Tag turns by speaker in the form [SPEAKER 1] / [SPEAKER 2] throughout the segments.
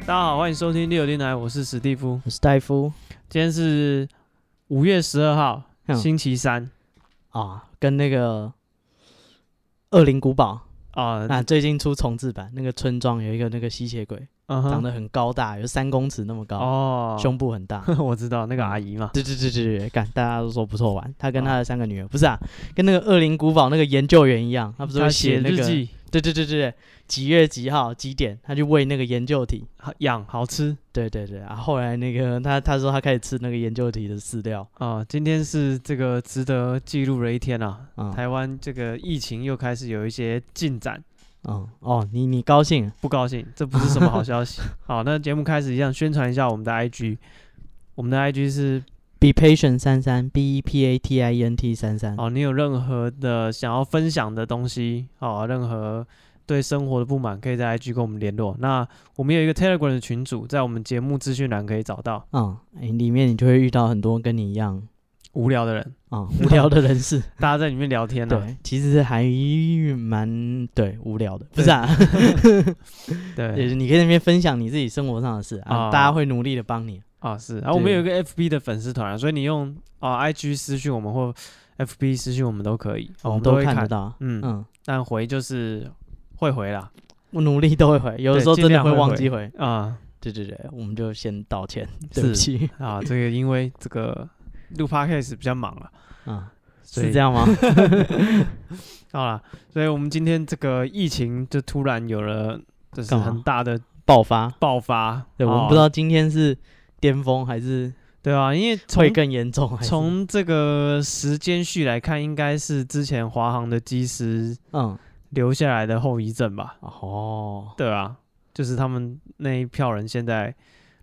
[SPEAKER 1] 大家好，欢迎收听六电台，我是史蒂夫。
[SPEAKER 2] 我是戴夫
[SPEAKER 1] 今天是五月十二号，
[SPEAKER 2] 嗯
[SPEAKER 1] 星期三
[SPEAKER 2] 啊，跟那个《恶灵古堡》
[SPEAKER 1] 啊。
[SPEAKER 2] 啊，最近出重制版，那个村庄有一个那个吸血鬼，
[SPEAKER 1] 嗯
[SPEAKER 2] 长
[SPEAKER 1] 哼，
[SPEAKER 2] 得很高大，有三公尺那么高，
[SPEAKER 1] 哦，
[SPEAKER 2] 胸部很大。
[SPEAKER 1] 我知道那个阿姨嘛。
[SPEAKER 2] 对对对对对，干大家都说不错玩。
[SPEAKER 1] 哦
[SPEAKER 2] 他跟他的三个女儿，不是啊，跟那个《恶灵古堡》那个研究员一样，他不是
[SPEAKER 1] 她
[SPEAKER 2] 会
[SPEAKER 1] 写
[SPEAKER 2] 那
[SPEAKER 1] 日
[SPEAKER 2] 个？
[SPEAKER 1] 记，
[SPEAKER 2] 对对对对对，几月几号几点，他去喂那个研究体。
[SPEAKER 1] 好养好吃
[SPEAKER 2] 对对对啊，后来那个他他说他开始吃那个研究体的饲料
[SPEAKER 1] 啊。今天是这个值得记录的一天啊。
[SPEAKER 2] 啊，
[SPEAKER 1] 台湾这个疫情又开始有一些进展，
[SPEAKER 2] 嗯哦，你你高兴
[SPEAKER 1] 不高兴，这不是什么好消 息。好，那节目开始一样宣传一下我们的 IG，我们的 IG 是
[SPEAKER 2] ？Be patient 三三 B E P A T I E N T 三三。
[SPEAKER 1] 哦，你有任何的想要分享的东西，哦，任何对生活的不满，可以在 IG 跟我们联络。那我们有一个 Telegram 的群组，在我们节目资讯栏可以找到。
[SPEAKER 2] 嗯，诶里面你就会遇到很多跟你一样
[SPEAKER 1] 无聊的 人，
[SPEAKER 2] 啊、无聊的 人士。
[SPEAKER 1] 大家在里面聊天呢、啊
[SPEAKER 2] 对，其实还蛮对无聊的，不是啊？ 就
[SPEAKER 1] 对
[SPEAKER 2] 是你可以在那边分享你自己生活上的事啊，
[SPEAKER 1] 啊
[SPEAKER 2] 大家会努力的帮你。
[SPEAKER 1] 啊、是。然、后我们有一个 FB 的粉丝团、所以你用啊、IG 私讯我们或 FB 私讯我们都可以，哦
[SPEAKER 2] 我
[SPEAKER 1] 我
[SPEAKER 2] 们
[SPEAKER 1] 们
[SPEAKER 2] 都
[SPEAKER 1] 会
[SPEAKER 2] 看
[SPEAKER 1] 看
[SPEAKER 2] 得。到。
[SPEAKER 1] 嗯，
[SPEAKER 2] 嗯，
[SPEAKER 1] 但回就是会回啦。
[SPEAKER 2] 我努力都会回，有的
[SPEAKER 1] 对
[SPEAKER 2] 时候
[SPEAKER 1] 尽
[SPEAKER 2] 真的
[SPEAKER 1] 量
[SPEAKER 2] 会
[SPEAKER 1] 会
[SPEAKER 2] 忘
[SPEAKER 1] 回
[SPEAKER 2] 记回。
[SPEAKER 1] 啊、
[SPEAKER 2] 对对对，我们就先道歉，对 不起。
[SPEAKER 1] 啊，这个因为这个录 Podcast 比较忙啊，
[SPEAKER 2] 啊，
[SPEAKER 1] 所
[SPEAKER 2] 是
[SPEAKER 1] 以
[SPEAKER 2] 这样吗？
[SPEAKER 1] 好啦，所以我们今天这个疫情就突然有了，就是
[SPEAKER 2] 干嘛
[SPEAKER 1] 很大的
[SPEAKER 2] 爆发，
[SPEAKER 1] 爆发。
[SPEAKER 2] 对，我们
[SPEAKER 1] 哦
[SPEAKER 2] 不知道今天是巅峰还是
[SPEAKER 1] 对啊，因为从
[SPEAKER 2] 会更严重，还是
[SPEAKER 1] 从这个时间序来看，应该是之前华航的机师
[SPEAKER 2] 嗯
[SPEAKER 1] 留下来的后遗症吧？
[SPEAKER 2] 哦，
[SPEAKER 1] 对啊，就是他们那一票人现在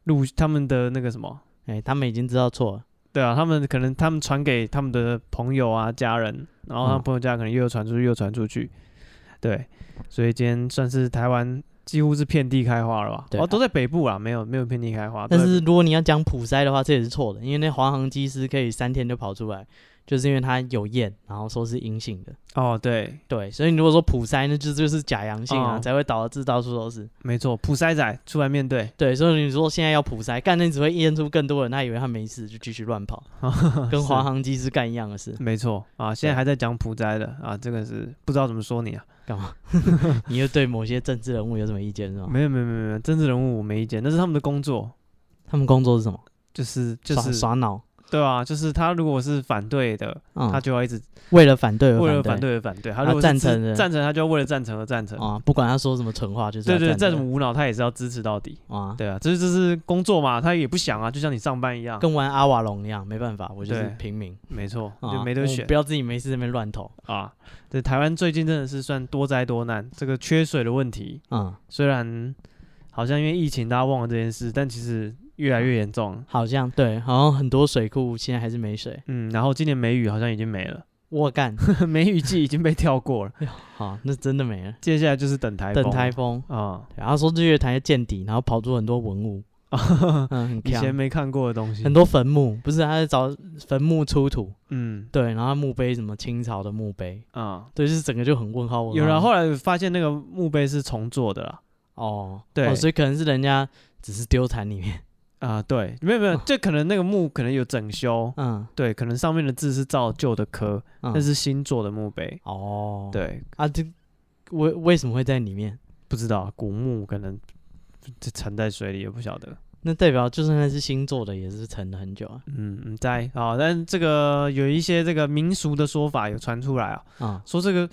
[SPEAKER 1] 陆他们的那个什么。
[SPEAKER 2] 哎，他们已经知道错了。
[SPEAKER 1] 对啊，他们可能他们传给他们的朋友啊、家人，然后他们
[SPEAKER 2] 嗯
[SPEAKER 1] 朋友家可能又传出去，又传出去。对，所以今天算是台湾几乎是遍地开花了吧？
[SPEAKER 2] 对
[SPEAKER 1] 哦，都在北部啊，没有没有遍地开花。
[SPEAKER 2] 但
[SPEAKER 1] 都在
[SPEAKER 2] 是如果你要讲普筛的话，这也是错的，因为那华航机师可以三天就跑出来，就是因为他有验，然后说是阴性的。
[SPEAKER 1] 哦，对，
[SPEAKER 2] 对，所以你如果说普筛，那就就是假阳性啊，
[SPEAKER 1] 哦
[SPEAKER 2] 才会导致到处都是。
[SPEAKER 1] 没错，普筛仔出来面对，
[SPEAKER 2] 对，所以你说现在要普筛，干那只会验出更多人，他以为他没事，就继续乱 跑，跟华航机师干一样的事。
[SPEAKER 1] 没错啊，现在还在讲普筛的啊，这个是不知道怎么说你啊。
[SPEAKER 2] 干嘛？你又对某些政治人物有什么意见是吗？
[SPEAKER 1] 没有没有没有没有，政治人物我没意见，那是他们的工作，
[SPEAKER 2] 他们工作是什么？
[SPEAKER 1] 就是就
[SPEAKER 2] 耍
[SPEAKER 1] 是
[SPEAKER 2] 耍脑。
[SPEAKER 1] 对啊，就是他如果是反对的，
[SPEAKER 2] 嗯，
[SPEAKER 1] 他就要一直
[SPEAKER 2] 为了反对而
[SPEAKER 1] 为了反
[SPEAKER 2] 反对
[SPEAKER 1] 对而反对，他
[SPEAKER 2] 啊
[SPEAKER 1] 如果是
[SPEAKER 2] 赞
[SPEAKER 1] 支
[SPEAKER 2] 成的
[SPEAKER 1] 赞成，他就要为了赞成而赞成。
[SPEAKER 2] 啊，不管他说什么蠢话，就是
[SPEAKER 1] 对
[SPEAKER 2] 要
[SPEAKER 1] 对，
[SPEAKER 2] 站
[SPEAKER 1] 再
[SPEAKER 2] 着
[SPEAKER 1] 怎么无脑，他也是要支持到底。
[SPEAKER 2] 啊，
[SPEAKER 1] 对啊，这这是工作嘛，他也不想啊，就像你上班一样。
[SPEAKER 2] 跟玩阿瓦隆一样，没办法，我就是
[SPEAKER 1] 对
[SPEAKER 2] 平民，
[SPEAKER 1] 没错，
[SPEAKER 2] 啊
[SPEAKER 1] 就没得
[SPEAKER 2] 我
[SPEAKER 1] 选
[SPEAKER 2] 不要自己没事在那边乱投。
[SPEAKER 1] 啊。对，台湾最近真的是算多灾多难，这个缺水的问题，
[SPEAKER 2] 嗯，
[SPEAKER 1] 虽然好像因为疫情大家忘了这件事，但其实越来越严重了。
[SPEAKER 2] 好像对，好像很多水库现在还是没水。
[SPEAKER 1] 嗯，然后今年梅雨好像已经没了，
[SPEAKER 2] 我干，
[SPEAKER 1] 梅雨季已经被跳过了，
[SPEAKER 2] 好，那真的没了。
[SPEAKER 1] 接下来就是等台风。
[SPEAKER 2] 等台风，
[SPEAKER 1] 啊，
[SPEAKER 2] 然后说日月潭要见底，然后跑出很多文 物，嗯，很
[SPEAKER 1] 以前
[SPEAKER 2] 强，
[SPEAKER 1] 没看过的东西
[SPEAKER 2] 很。多坟墓，不是他在找坟墓出土，
[SPEAKER 1] 嗯
[SPEAKER 2] 对，然后墓碑什么清朝的墓碑，
[SPEAKER 1] 啊，
[SPEAKER 2] 对，就是整个就很问号问号。
[SPEAKER 1] 有人后来发现那个墓碑是重做的啦。
[SPEAKER 2] 哦，
[SPEAKER 1] 对
[SPEAKER 2] 哦所以可能是人家只是丢坛里面，
[SPEAKER 1] 啊、对，没有
[SPEAKER 2] 哦
[SPEAKER 1] 没有，这可能那个墓可能有整修，
[SPEAKER 2] 嗯，
[SPEAKER 1] 对，可能上面的字是照旧的刻，
[SPEAKER 2] 嗯
[SPEAKER 1] 那是新做的墓碑，
[SPEAKER 2] 哦，
[SPEAKER 1] 对，
[SPEAKER 2] 啊，这为为什么会在里面？
[SPEAKER 1] 不知道古墓可能这沉在水里也不晓得，
[SPEAKER 2] 那代表就算那是星座的，也是沉了很久啊。
[SPEAKER 1] 嗯嗯，在啊，但这个有一些这个民俗的说法有传出来啊，
[SPEAKER 2] 啊、
[SPEAKER 1] 说这个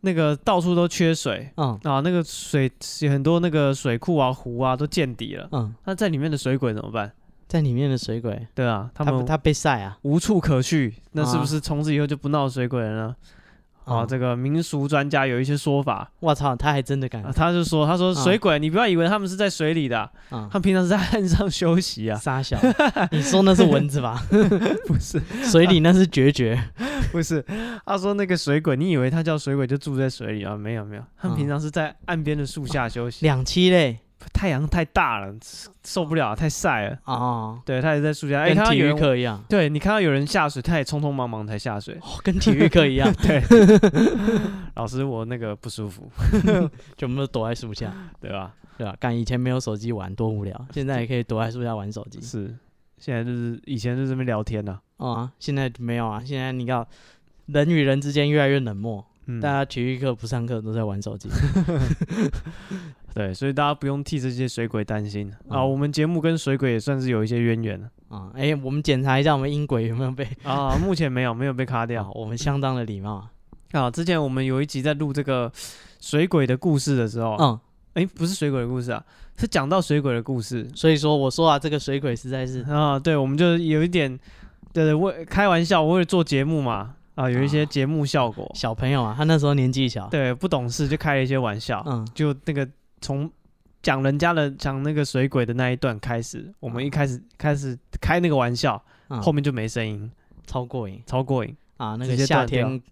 [SPEAKER 1] 那个到处都缺水
[SPEAKER 2] 嗯，
[SPEAKER 1] 啊，那个水很多那个水库啊湖啊都见底了
[SPEAKER 2] 嗯，嗯，
[SPEAKER 1] 那在里面的水鬼怎么办？
[SPEAKER 2] 在里面的水鬼，
[SPEAKER 1] 对啊，他
[SPEAKER 2] 他
[SPEAKER 1] 们
[SPEAKER 2] 他被晒啊。
[SPEAKER 1] 无处可去，那是不
[SPEAKER 2] 啊
[SPEAKER 1] 是从此以后就不闹水鬼了呢？啊，
[SPEAKER 2] 嗯
[SPEAKER 1] 这个民俗专家有一些说法，
[SPEAKER 2] 我操，他还真的敢
[SPEAKER 1] 啊、他就说，他说
[SPEAKER 2] 啊
[SPEAKER 1] 水鬼，你不要以为他们是在水里的啊、
[SPEAKER 2] 啊
[SPEAKER 1] 他！们平常是在岸上休息啊，
[SPEAKER 2] 傻小，你说那是蚊子吧？
[SPEAKER 1] 不是， 啊
[SPEAKER 2] 水里那是决绝。
[SPEAKER 1] 不是，他说那个水鬼，你以为他叫水鬼就住在水里啊？没有没有，他们
[SPEAKER 2] 啊
[SPEAKER 1] 平常是在岸边的树下休息。
[SPEAKER 2] 两栖类，
[SPEAKER 1] 太阳太大了，受不了，太晒了。
[SPEAKER 2] 啊，
[SPEAKER 1] 对他也在树下，哎、
[SPEAKER 2] 跟
[SPEAKER 1] 哦看到
[SPEAKER 2] 体
[SPEAKER 1] 有
[SPEAKER 2] 育
[SPEAKER 1] 人，
[SPEAKER 2] 课 一样，
[SPEAKER 1] 对你看到有人下水，他也匆匆忙忙才下水。，
[SPEAKER 2] 哦跟体育课一样
[SPEAKER 1] 对，老师我那个不舒服，
[SPEAKER 2] 全部都躲在树下，
[SPEAKER 1] 对吧？
[SPEAKER 2] 对吧？干以前没有手机玩多无聊，现在也可以躲在树下玩 手机。
[SPEAKER 1] 是，现在就是以前就这边聊天呐、
[SPEAKER 2] 哦啊，现在没有啊，现在你看人与人之间越来越冷漠，
[SPEAKER 1] 嗯，
[SPEAKER 2] 大家体育课不上课都在玩手机。
[SPEAKER 1] 对，所以大家不用替这些水鬼担心啊。
[SPEAKER 2] 嗯
[SPEAKER 1] 我们节目跟水鬼也算是有一些渊 源
[SPEAKER 2] 啊，哎、我们检查一下我们音轨有没有被
[SPEAKER 1] 啊。目前没有，没有被卡
[SPEAKER 2] 掉，
[SPEAKER 1] 掉
[SPEAKER 2] 我们相当的礼貌啊。
[SPEAKER 1] 啊。之前我们有一集在录这个水鬼的故事的时候，哎、
[SPEAKER 2] 嗯，
[SPEAKER 1] 不是水鬼的故事啊，是讲到水鬼的故事
[SPEAKER 2] 所以说我说啊，这个水鬼实在是
[SPEAKER 1] 啊。对，我们就有一点，对对，为开玩笑，我为了做节目嘛啊，有一些
[SPEAKER 2] 啊
[SPEAKER 1] 节目效 果，
[SPEAKER 2] 小朋友啊，他那时候年纪小，，
[SPEAKER 1] 对，不懂事就开了一些玩笑，
[SPEAKER 2] 嗯，
[SPEAKER 1] 就那个从讲人家的讲那个水鬼的那一段开始，我
[SPEAKER 2] 啊
[SPEAKER 1] 们一开始开始开那个玩笑，
[SPEAKER 2] 嗯
[SPEAKER 1] 后面就没声音，
[SPEAKER 2] 超过瘾
[SPEAKER 1] 超过瘾
[SPEAKER 2] 啊，那
[SPEAKER 1] 直
[SPEAKER 2] 个
[SPEAKER 1] 接
[SPEAKER 2] 夏
[SPEAKER 1] 断掉
[SPEAKER 2] 天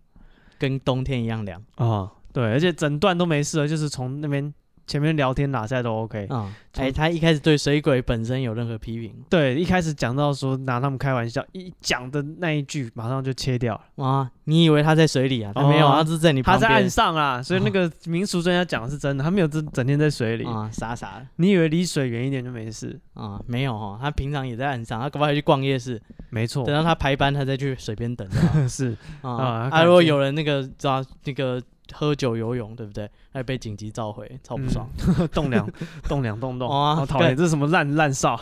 [SPEAKER 2] 跟冬天一样凉
[SPEAKER 1] 啊、对，而且整段都没事了，就是从那边前面聊天哪赛都 OK。
[SPEAKER 2] 啊。
[SPEAKER 1] 从
[SPEAKER 2] 哎、他一开始对水鬼本身有任何批评
[SPEAKER 1] 对，一开始讲到说拿他们开玩笑，一讲的那一句马上就切掉了。
[SPEAKER 2] 啊，你以为他在水里啊？他没有，
[SPEAKER 1] 哦
[SPEAKER 2] 他是在你
[SPEAKER 1] 他
[SPEAKER 2] 旁
[SPEAKER 1] 在岸
[SPEAKER 2] 边
[SPEAKER 1] 上啊，所以那
[SPEAKER 2] 哦
[SPEAKER 1] 个民俗专家讲的是真的，他没有整整天在水里。
[SPEAKER 2] 啊，傻傻的
[SPEAKER 1] 你以为离水远一点就没事？
[SPEAKER 2] 啊，没有哦，他平常也在岸上，他搞不好还去逛夜市，
[SPEAKER 1] 没错
[SPEAKER 2] 等，到他排班，他再去水边等就 好。
[SPEAKER 1] 是啊
[SPEAKER 2] 啊，
[SPEAKER 1] 感
[SPEAKER 2] 啊，如果
[SPEAKER 1] 觉
[SPEAKER 2] 有人那个知道那个喝酒游泳，对不对？还被紧急召回，超哦不爽。
[SPEAKER 1] 嗯 栋梁，栋梁，栋 栋，
[SPEAKER 2] 哦啊
[SPEAKER 1] 好讨厌，
[SPEAKER 2] 干
[SPEAKER 1] 这是什么烂烂哨？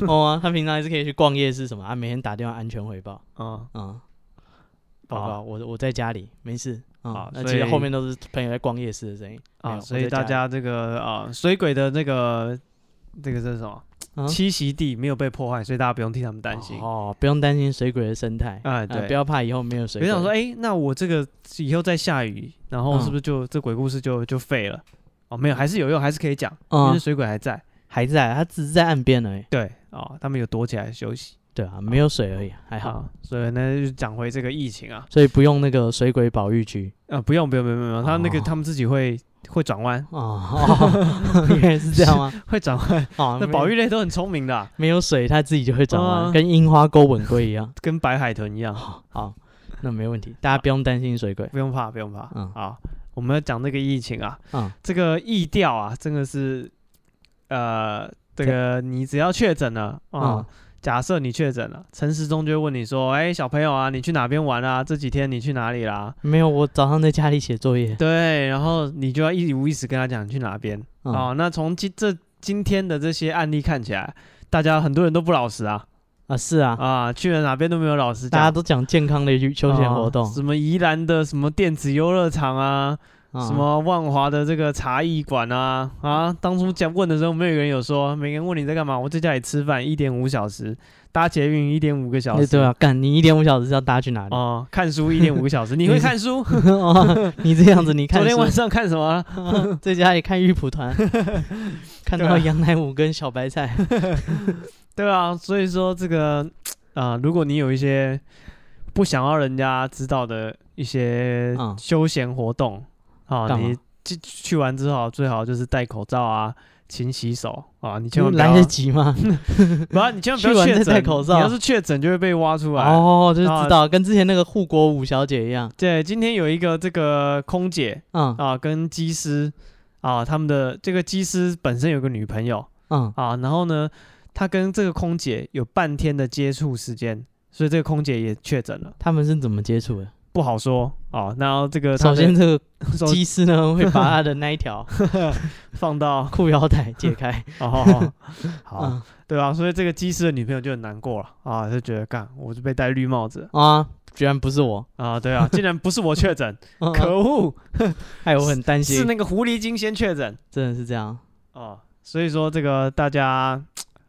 [SPEAKER 1] 嗯
[SPEAKER 2] 哦啊，他平常还是可以去逛夜市什么啊，每天打电话安全回报
[SPEAKER 1] 啊
[SPEAKER 2] 啊。报告，我我在家里没事啊
[SPEAKER 1] 好。
[SPEAKER 2] 那
[SPEAKER 1] 所
[SPEAKER 2] 其实后
[SPEAKER 1] 以
[SPEAKER 2] 面都是朋友在逛夜市的声音没
[SPEAKER 1] 啊，
[SPEAKER 2] 有
[SPEAKER 1] 所
[SPEAKER 2] 我
[SPEAKER 1] 以
[SPEAKER 2] 在
[SPEAKER 1] 大
[SPEAKER 2] 里
[SPEAKER 1] 家这个啊，水鬼的那个这个是什么
[SPEAKER 2] 啊
[SPEAKER 1] 栖息地没有被破坏，所以大家不用替他们担心。
[SPEAKER 2] 哦，不用担心水鬼的生态
[SPEAKER 1] 哎
[SPEAKER 2] 啊
[SPEAKER 1] 对
[SPEAKER 2] 不要怕以后没有水
[SPEAKER 1] 有
[SPEAKER 2] 鬼。
[SPEAKER 1] 想说，哎，那我这个以后再下雨，然后
[SPEAKER 2] 嗯
[SPEAKER 1] 是不是就这鬼故事就就废了？哦，没有，还是有用，还是可以啊讲，因
[SPEAKER 2] 嗯
[SPEAKER 1] 为水鬼还在。
[SPEAKER 2] 还在，他只是在岸边而已。
[SPEAKER 1] 对啊，他们有躲起来休息。
[SPEAKER 2] 对啊，没有水而已，还好，
[SPEAKER 1] 啊，所以呢，就讲回这个疫情啊，
[SPEAKER 2] 所以不用那个水鬼保育区
[SPEAKER 1] 啊，不用不用不用不用，他那个
[SPEAKER 2] 哦
[SPEAKER 1] 他们自己会会转弯，
[SPEAKER 2] 哦哦，原来是这样吗？
[SPEAKER 1] 会转弯。
[SPEAKER 2] 哦，
[SPEAKER 1] 那
[SPEAKER 2] 没
[SPEAKER 1] 保育类都很聪明的啊，
[SPEAKER 2] 没有水，它自己就会转弯，
[SPEAKER 1] 啊
[SPEAKER 2] 跟樱花勾吻龟一样。
[SPEAKER 1] 跟白海豚一样。
[SPEAKER 2] 好、好，那没问题，大家不用担心水鬼。
[SPEAKER 1] 不用怕，不用怕。
[SPEAKER 2] 嗯
[SPEAKER 1] 好，我们要讲这个疫情啊，
[SPEAKER 2] 嗯
[SPEAKER 1] 这个疫调啊，真的是，呃，这个你只要确诊了啊，
[SPEAKER 2] 嗯
[SPEAKER 1] 假设你确诊了，陈时中就会问你说，哎、小朋友啊，你去哪边玩啊？这几天你去哪里啦？
[SPEAKER 2] 没有，我早上在家里写作业。
[SPEAKER 1] 对，然后你就要一五一十跟他讲你去哪边
[SPEAKER 2] 嗯
[SPEAKER 1] 啊、那从今这今天的这些案例看起来，大家很多人都不老实啊
[SPEAKER 2] 啊，是啊，
[SPEAKER 1] 啊，去了哪边都没有老实
[SPEAKER 2] 大家
[SPEAKER 1] 讲。
[SPEAKER 2] 都讲健康的休休闲活动
[SPEAKER 1] 啊，什么宜兰的什么电子游乐场啊，
[SPEAKER 2] 啊
[SPEAKER 1] 什么万华的这个茶艺馆啊啊！当初讲问的时候，没有人有说，每个人问你在干嘛，我在家里吃饭，一点五小时，搭捷运一点五个小
[SPEAKER 2] 哎
[SPEAKER 1] 时，
[SPEAKER 2] 对啊，干你一点五小时是要搭去哪里？
[SPEAKER 1] 哦、看书一点五个小时，你 会看书？
[SPEAKER 2] 哦， 你这样子，你看
[SPEAKER 1] 昨天
[SPEAKER 2] 书
[SPEAKER 1] 晚上看什么啊？
[SPEAKER 2] 在家里看玉蒲 团，看
[SPEAKER 1] 对
[SPEAKER 2] 到
[SPEAKER 1] 啊
[SPEAKER 2] 杨乃武跟小白菜，
[SPEAKER 1] 对啊，所以说这个啊、如果你有一些不想要人家知道的一些
[SPEAKER 2] 嗯
[SPEAKER 1] 休闲活动啊，
[SPEAKER 2] 干嘛
[SPEAKER 1] 你去去完之后，最好就是戴口罩啊，勤洗手啊，你千万不要
[SPEAKER 2] 来得及吗？
[SPEAKER 1] 不要，你千万不要
[SPEAKER 2] 去完
[SPEAKER 1] 确
[SPEAKER 2] 再
[SPEAKER 1] 诊，
[SPEAKER 2] 戴口罩
[SPEAKER 1] 你要是确诊就会被挖出来。
[SPEAKER 2] 哦，就是
[SPEAKER 1] 啊
[SPEAKER 2] 知道，跟之前那个护国武小姐一样，
[SPEAKER 1] 对，今天有一个这个空姐
[SPEAKER 2] 嗯
[SPEAKER 1] 啊，跟机师啊，他们的这个机师本身有个女朋友
[SPEAKER 2] 嗯
[SPEAKER 1] 啊，然后呢，他跟这个空姐有半天的接触时间，所以这个空姐也确诊了，
[SPEAKER 2] 他们是怎么接触的？
[SPEAKER 1] 不好说啊。然后这个他
[SPEAKER 2] 首
[SPEAKER 1] 的
[SPEAKER 2] 先，这个
[SPEAKER 1] 手
[SPEAKER 2] 机师呢会把他的那 一条
[SPEAKER 1] 放到
[SPEAKER 2] 裤腰带 解开，
[SPEAKER 1] 哦，好好 好
[SPEAKER 2] 嗯
[SPEAKER 1] 好，对啊，所以这个机师的女朋友就很难过了啊，就觉得干，我就被戴绿帽子
[SPEAKER 2] 啊，居然不是我，
[SPEAKER 1] 啊，对啊，竟然不是我确诊，
[SPEAKER 2] 嗯
[SPEAKER 1] 可恶，
[SPEAKER 2] 害哎我很担
[SPEAKER 1] 是
[SPEAKER 2] 心，
[SPEAKER 1] 那个狐狸精先确诊。
[SPEAKER 2] 真的是这样。
[SPEAKER 1] 哦，所以说这个大家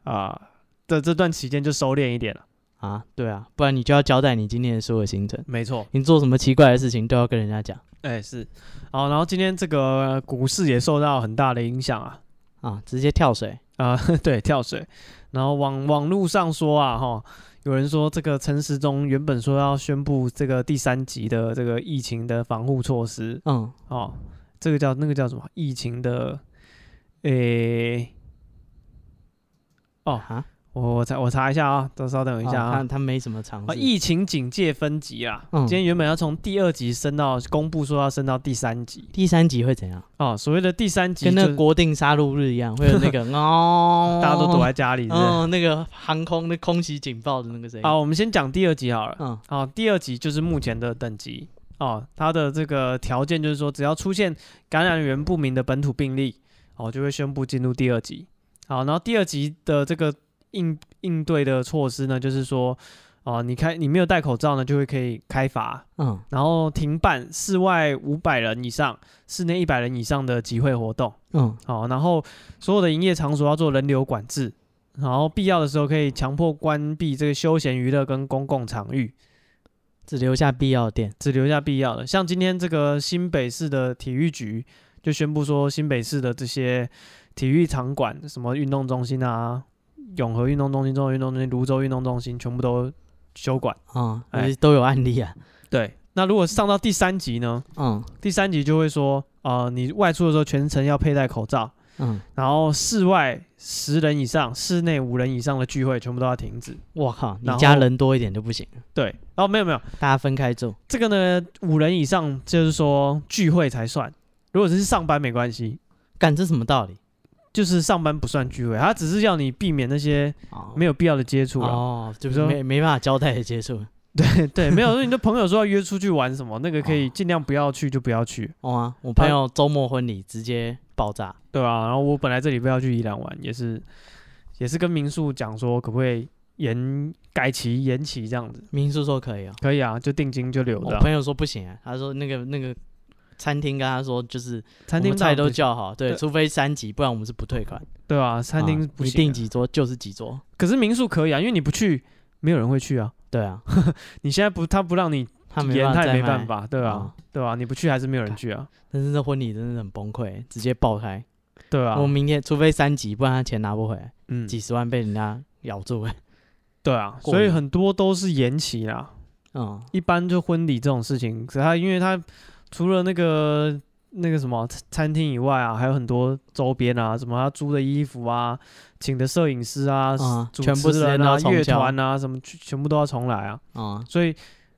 [SPEAKER 1] 啊的这段期间就收敛一点了。
[SPEAKER 2] 啊，对啊，不然你就要交代你今天的所有行程，
[SPEAKER 1] 没错，
[SPEAKER 2] 你做什么奇怪的事情都要跟人家讲
[SPEAKER 1] 哎是，好、然后今天这个股市也受到很大的影响啊，
[SPEAKER 2] 啊，直接跳水
[SPEAKER 1] 啊、 对跳水，然后网网络上说啊哈，有人说这个陈时中原本说要宣布这个第三级的这个疫情的防护措施
[SPEAKER 2] 嗯
[SPEAKER 1] 哦，这个叫那个叫什么疫情的诶、哦
[SPEAKER 2] 哈，
[SPEAKER 1] 我我查我查一下啊，等稍等一下
[SPEAKER 2] 哦
[SPEAKER 1] 啊
[SPEAKER 2] 他。他没什么常
[SPEAKER 1] 啊，
[SPEAKER 2] 识。
[SPEAKER 1] 疫情警戒分级啊，
[SPEAKER 2] 嗯
[SPEAKER 1] 今天原本要从第二级升到公布说要升到第三级
[SPEAKER 2] 第三集会怎样？
[SPEAKER 1] 哦，所谓的第三级
[SPEAKER 2] 跟那
[SPEAKER 1] 就
[SPEAKER 2] 个国定杀戮日一样，会有 那个哦，
[SPEAKER 1] 大家都躲在家里是不是
[SPEAKER 2] 哦，那个航空的空袭警报的那个声音。
[SPEAKER 1] 好，我们先讲第二级好了。
[SPEAKER 2] 嗯，
[SPEAKER 1] 好，第二级就是目前的等级哦，它的这个条件就是说，只要出现感染源不明的本土病例，哦，就会宣布进入第二级。好，然后第二级的这个应应对的措施呢，就是说，哦，你开你没有戴口罩呢，就会可以开罚，
[SPEAKER 2] 嗯
[SPEAKER 1] 然后停办室外五百人以上、室内一百人以上的集会活动。
[SPEAKER 2] 嗯
[SPEAKER 1] 好，然后所有的营业场所要做人流管制，然后必要的时候可以强迫关闭这个休闲娱乐跟公共场域，
[SPEAKER 2] 只留下必要的店。
[SPEAKER 1] 只留下必要的。像今天这个新北市的体育局就宣布说，新北市的这些体育场馆，什么运动中心啊、永和运动中心、中和运动中心、泸州运动中心，全部都休馆。
[SPEAKER 2] 啊、
[SPEAKER 1] 哎
[SPEAKER 2] 嗯，都有案例啊。
[SPEAKER 1] 对，那如果上到第三级呢？
[SPEAKER 2] 嗯
[SPEAKER 1] 第三级就会说，呃，你外出的时候全程要佩戴口罩，
[SPEAKER 2] 嗯，
[SPEAKER 1] 然后室外十人以上、室内五人以上的聚会全部都要停止。
[SPEAKER 2] 我靠，你
[SPEAKER 1] 然后
[SPEAKER 2] 家人多一点就不行，
[SPEAKER 1] 对，然后没有没有，
[SPEAKER 2] 大家分开住。
[SPEAKER 1] 这个呢，五人以上就是说聚会才算，如果只是上班没关系，
[SPEAKER 2] 干这什么道理？
[SPEAKER 1] 就是上班不算聚会，他只是要你避免那些
[SPEAKER 2] 哦
[SPEAKER 1] 没有必要的接触了。
[SPEAKER 2] 哦，就
[SPEAKER 1] 比
[SPEAKER 2] 是
[SPEAKER 1] 如说
[SPEAKER 2] 没没办法交代的接触。
[SPEAKER 1] 对，没有，如果你的朋友说要约出去玩什么，那个可以尽量不要去就不要去，
[SPEAKER 2] 哦啊，我
[SPEAKER 1] 他
[SPEAKER 2] 朋友周末婚礼直接爆炸。
[SPEAKER 1] 对吧、然后我本来这礼拜要去宜兰玩，也是也是跟民宿讲说可不可以延改期延期这样子，
[SPEAKER 2] 民宿说可以哦，
[SPEAKER 1] 可以啊，就定金就留
[SPEAKER 2] 我
[SPEAKER 1] 着啊。
[SPEAKER 2] 朋友说不行、啊，他说那个那个餐厅跟他说就是
[SPEAKER 1] 餐
[SPEAKER 2] 我
[SPEAKER 1] 厅
[SPEAKER 2] 们
[SPEAKER 1] 当
[SPEAKER 2] 菜
[SPEAKER 1] 然
[SPEAKER 2] 都
[SPEAKER 1] 不行
[SPEAKER 2] 叫好，对，
[SPEAKER 1] 对
[SPEAKER 2] 除非三级，不然我们是不退款。
[SPEAKER 1] 对啊，餐
[SPEAKER 2] 啊
[SPEAKER 1] 厅不
[SPEAKER 2] 你
[SPEAKER 1] 行
[SPEAKER 2] 定
[SPEAKER 1] 啊、
[SPEAKER 2] 几桌就是几桌，
[SPEAKER 1] 可是民宿可以啊，因为你不去，没有人会去啊。
[SPEAKER 2] 对啊，
[SPEAKER 1] 你现在不，他不让你
[SPEAKER 2] 他没
[SPEAKER 1] 演，
[SPEAKER 2] 办
[SPEAKER 1] 他
[SPEAKER 2] 法
[SPEAKER 1] 也没
[SPEAKER 2] 再卖
[SPEAKER 1] 办。法，对啊
[SPEAKER 2] 哦，
[SPEAKER 1] 对啊，你不去还是没有人去啊，
[SPEAKER 2] 但是这婚礼真的很崩溃，直接爆开。
[SPEAKER 1] 对啊
[SPEAKER 2] 我，明天除非三级，不然他钱拿不回来，
[SPEAKER 1] 嗯，
[SPEAKER 2] 几十万被人家咬住。
[SPEAKER 1] 对啊，
[SPEAKER 2] 过
[SPEAKER 1] 所以
[SPEAKER 2] 年
[SPEAKER 1] 很多都是延期啦。
[SPEAKER 2] 嗯，
[SPEAKER 1] 一般就婚礼这种事情，可是他因为他除了那个那个什么餐餐厅以外啊，还有很多周边啊，什么他租的衣服啊，请的摄影师啊，
[SPEAKER 2] 啊
[SPEAKER 1] 主
[SPEAKER 2] 全部
[SPEAKER 1] 持
[SPEAKER 2] 时间
[SPEAKER 1] 人
[SPEAKER 2] 都要
[SPEAKER 1] 啊，
[SPEAKER 2] 重
[SPEAKER 1] 乐
[SPEAKER 2] 交
[SPEAKER 1] 团啊，什么全全部都要重来啊，
[SPEAKER 2] 啊、
[SPEAKER 1] 所以。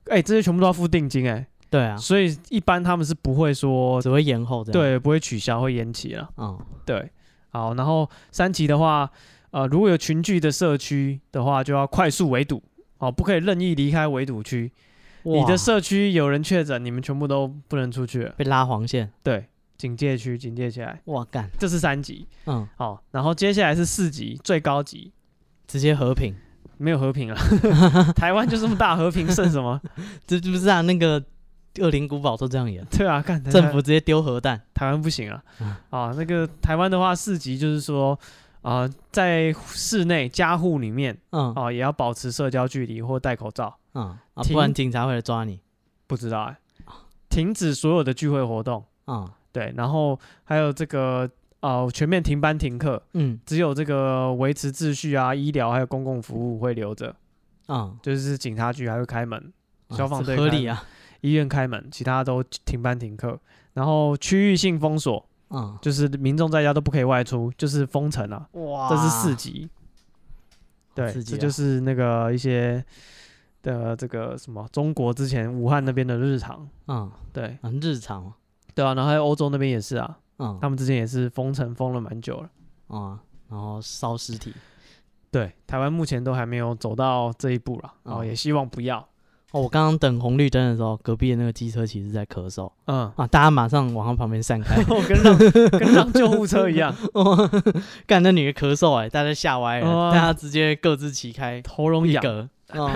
[SPEAKER 1] 哎、这些全部都要付定金哎、
[SPEAKER 2] 对啊，
[SPEAKER 1] 所以一般他们是不会说
[SPEAKER 2] 只会延后这样。，
[SPEAKER 1] 对，不会取消，会延期了。
[SPEAKER 2] 嗯，
[SPEAKER 1] 对，好，然后三级的话，呃，如果有群聚的社区的话，就要快速围堵，哦，不可以任意离开围堵区。你
[SPEAKER 2] 哇
[SPEAKER 1] 的社区有人确诊，你们全部都不能出去了。
[SPEAKER 2] 被拉黄线，
[SPEAKER 1] 对，警戒区警戒起来，
[SPEAKER 2] 哇干，
[SPEAKER 1] 这是三级。
[SPEAKER 2] 嗯，
[SPEAKER 1] 好、然后接下来是四级，最高级，
[SPEAKER 2] 直接和平，
[SPEAKER 1] 没有和平 了。台湾就这么大，和平剩什么？
[SPEAKER 2] 这这不是啊？那个恶灵古堡都这样演，
[SPEAKER 1] 对啊，看
[SPEAKER 2] 政府直接丢核弹，
[SPEAKER 1] 台湾不行啊
[SPEAKER 2] 嗯，
[SPEAKER 1] 啊，那个台湾的话，四级就是说，啊、在室内家户里面
[SPEAKER 2] 嗯
[SPEAKER 1] 啊、也要保持社交距离或戴口罩。
[SPEAKER 2] 嗯，啊，
[SPEAKER 1] 停
[SPEAKER 2] 不然警察会来抓你，
[SPEAKER 1] 不知道哎、停止所有的聚会活动，
[SPEAKER 2] 嗯
[SPEAKER 1] 对，然后还有这个呃全面停班停课，
[SPEAKER 2] 嗯
[SPEAKER 1] 只有这个维持秩序啊、医疗还有公共服务会留着，
[SPEAKER 2] 嗯，
[SPEAKER 1] 就是警察局还会开门，
[SPEAKER 2] 啊
[SPEAKER 1] 消防
[SPEAKER 2] 这
[SPEAKER 1] 队
[SPEAKER 2] 合
[SPEAKER 1] 开
[SPEAKER 2] 理
[SPEAKER 1] 门，
[SPEAKER 2] 啊，
[SPEAKER 1] 医院开门，其他都停班停课，然后区域性封锁，
[SPEAKER 2] 嗯，
[SPEAKER 1] 就是民众在家都不可以外出，就是封城啊，
[SPEAKER 2] 哇
[SPEAKER 1] 这是四，级。对，
[SPEAKER 2] 刺激
[SPEAKER 1] 这
[SPEAKER 2] 啊
[SPEAKER 1] 就是那个一些的这个什么中国之前武汉那边的日常，
[SPEAKER 2] 嗯，
[SPEAKER 1] 对，
[SPEAKER 2] 很日常哦，
[SPEAKER 1] 对啊，然后还有欧洲那边也是啊，
[SPEAKER 2] 嗯
[SPEAKER 1] 他们之前也是封城封了蛮久了。
[SPEAKER 2] 嗯，然后烧尸体，
[SPEAKER 1] 对，台湾目前都还没有走到这一步了，然后
[SPEAKER 2] 哦
[SPEAKER 1] 也希望不要。
[SPEAKER 2] 哦，我刚刚等红绿灯的时候，隔壁的那个机车骑士在咳嗽
[SPEAKER 1] 嗯，
[SPEAKER 2] 啊，大家马上往他旁边散 开，
[SPEAKER 1] 我跟 让跟让救护车一样，
[SPEAKER 2] 哦，干那女的咳嗽哎、大家吓歪了，
[SPEAKER 1] 哦啊
[SPEAKER 2] 大家直接各自旗开，
[SPEAKER 1] 喉咙
[SPEAKER 2] 一
[SPEAKER 1] 痒。
[SPEAKER 2] 格，哦，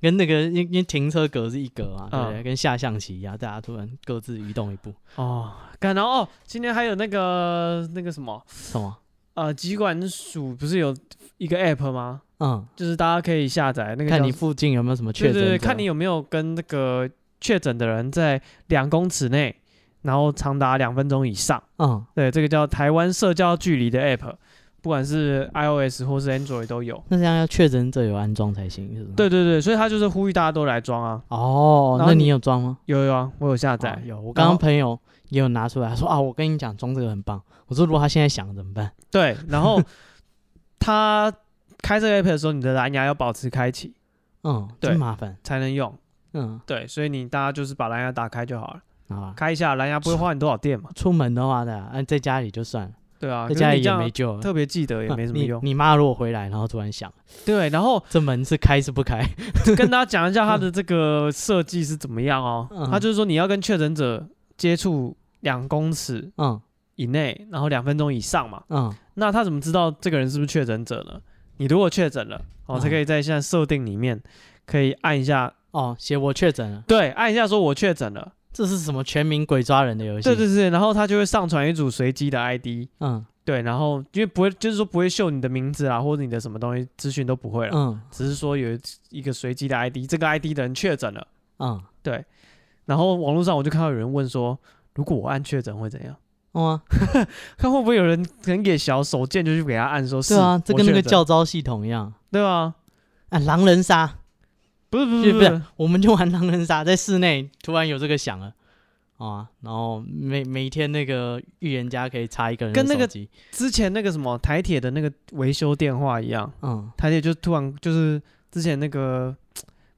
[SPEAKER 2] 跟那个因因为停车格是一格嘛，对不对？
[SPEAKER 1] 嗯
[SPEAKER 2] 跟下象棋一样，大家突然各自移动一步，
[SPEAKER 1] 哦，干然后哦，今天还有那个那个什么
[SPEAKER 2] 什么？
[SPEAKER 1] 呃，疾管署不是有一个 app 吗？
[SPEAKER 2] 嗯，
[SPEAKER 1] 就是大家可以下载那个
[SPEAKER 2] 看
[SPEAKER 1] 叫
[SPEAKER 2] 你
[SPEAKER 1] 什
[SPEAKER 2] 附近有没有什么确
[SPEAKER 1] 对
[SPEAKER 2] 诊
[SPEAKER 1] 对
[SPEAKER 2] 者
[SPEAKER 1] 对，看你有没有跟那个确诊的人在两公尺内，然后长达两分钟以上。
[SPEAKER 2] 嗯
[SPEAKER 1] 对，这个叫台湾社交距离的 app，不管是 iOS 或是 Android 都有。
[SPEAKER 2] 那这样要确诊者有安装才行，是吗？
[SPEAKER 1] 对对对，所以他就是呼吁大家都来装啊，
[SPEAKER 2] 哦，
[SPEAKER 1] 然后
[SPEAKER 2] 那你
[SPEAKER 1] 你
[SPEAKER 2] 有装吗？
[SPEAKER 1] 有有啊，我有下载、
[SPEAKER 2] 哦有，我
[SPEAKER 1] 然
[SPEAKER 2] 刚刚
[SPEAKER 1] 后
[SPEAKER 2] 朋友也有拿出来，他说啊，我跟你讲，装这个很棒。我说如果他现在想了怎么办？
[SPEAKER 1] 对，然 后他开这个 app 的时候，你的蓝牙要保持开启
[SPEAKER 2] 嗯，
[SPEAKER 1] 对
[SPEAKER 2] 真麻烦。
[SPEAKER 1] 才能用。
[SPEAKER 2] 嗯，
[SPEAKER 1] 对，所以你大家就是把蓝牙打开就好了，
[SPEAKER 2] 好吧。
[SPEAKER 1] 开一下蓝牙不会花你多少电嘛。
[SPEAKER 2] 出门的话的，啊，在家里就算了，
[SPEAKER 1] 对啊，
[SPEAKER 2] 在
[SPEAKER 1] 可是
[SPEAKER 2] 家
[SPEAKER 1] 你
[SPEAKER 2] 里
[SPEAKER 1] 这
[SPEAKER 2] 也
[SPEAKER 1] 样
[SPEAKER 2] 没救了，
[SPEAKER 1] 特别记得也没什么
[SPEAKER 2] 嗯你
[SPEAKER 1] 用。
[SPEAKER 2] 你妈如果回来，然后突然想，
[SPEAKER 1] 对，然 后
[SPEAKER 2] 这门是开是不开？
[SPEAKER 1] 跟大家讲一下它的这个设计是怎么样哦
[SPEAKER 2] 嗯。
[SPEAKER 1] 它就是说你要跟确诊者接触两公尺
[SPEAKER 2] 嗯
[SPEAKER 1] 以内，然后两分钟以上嘛。
[SPEAKER 2] 嗯，
[SPEAKER 1] 那他怎么知道这个人是不是确诊者呢？你如果确诊了，哦，
[SPEAKER 2] 嗯
[SPEAKER 1] 才可以在现在设定里面可以按一下，
[SPEAKER 2] 哦，写我确诊了，
[SPEAKER 1] 对，按一下说我确诊了，
[SPEAKER 2] 这是什么全民鬼抓人的游戏？
[SPEAKER 1] 对对对，然后他就会上传一组随机的 ID，
[SPEAKER 2] 嗯
[SPEAKER 1] 对，然后因为不会，就是说不会秀你的名字啊，或者你的什么东西资讯都不会了，
[SPEAKER 2] 嗯
[SPEAKER 1] 只是说有一个随机的 ID，这个 ID 的人确诊了。
[SPEAKER 2] 嗯，
[SPEAKER 1] 然后网络上我就看到有人问说，如果我按确诊会怎样？
[SPEAKER 2] 哦啊，
[SPEAKER 1] 看会不会有人很给小手贱就去给他按说是
[SPEAKER 2] 对啊，这
[SPEAKER 1] 我
[SPEAKER 2] 跟那个
[SPEAKER 1] 确诊
[SPEAKER 2] 教招系统一样
[SPEAKER 1] 对啊，
[SPEAKER 2] 啊，狼人杀，
[SPEAKER 1] 不是不
[SPEAKER 2] 就是不
[SPEAKER 1] 不
[SPEAKER 2] 是
[SPEAKER 1] 是，
[SPEAKER 2] 我们就玩狼人杀，在室内突然有这个响了。哦啊，然后每每一天那个预言家可以插一个人的
[SPEAKER 1] 跟那个
[SPEAKER 2] 手机
[SPEAKER 1] 之前那个什么台铁的那个维修电话一样，
[SPEAKER 2] 嗯
[SPEAKER 1] 台铁就突然就是之前那个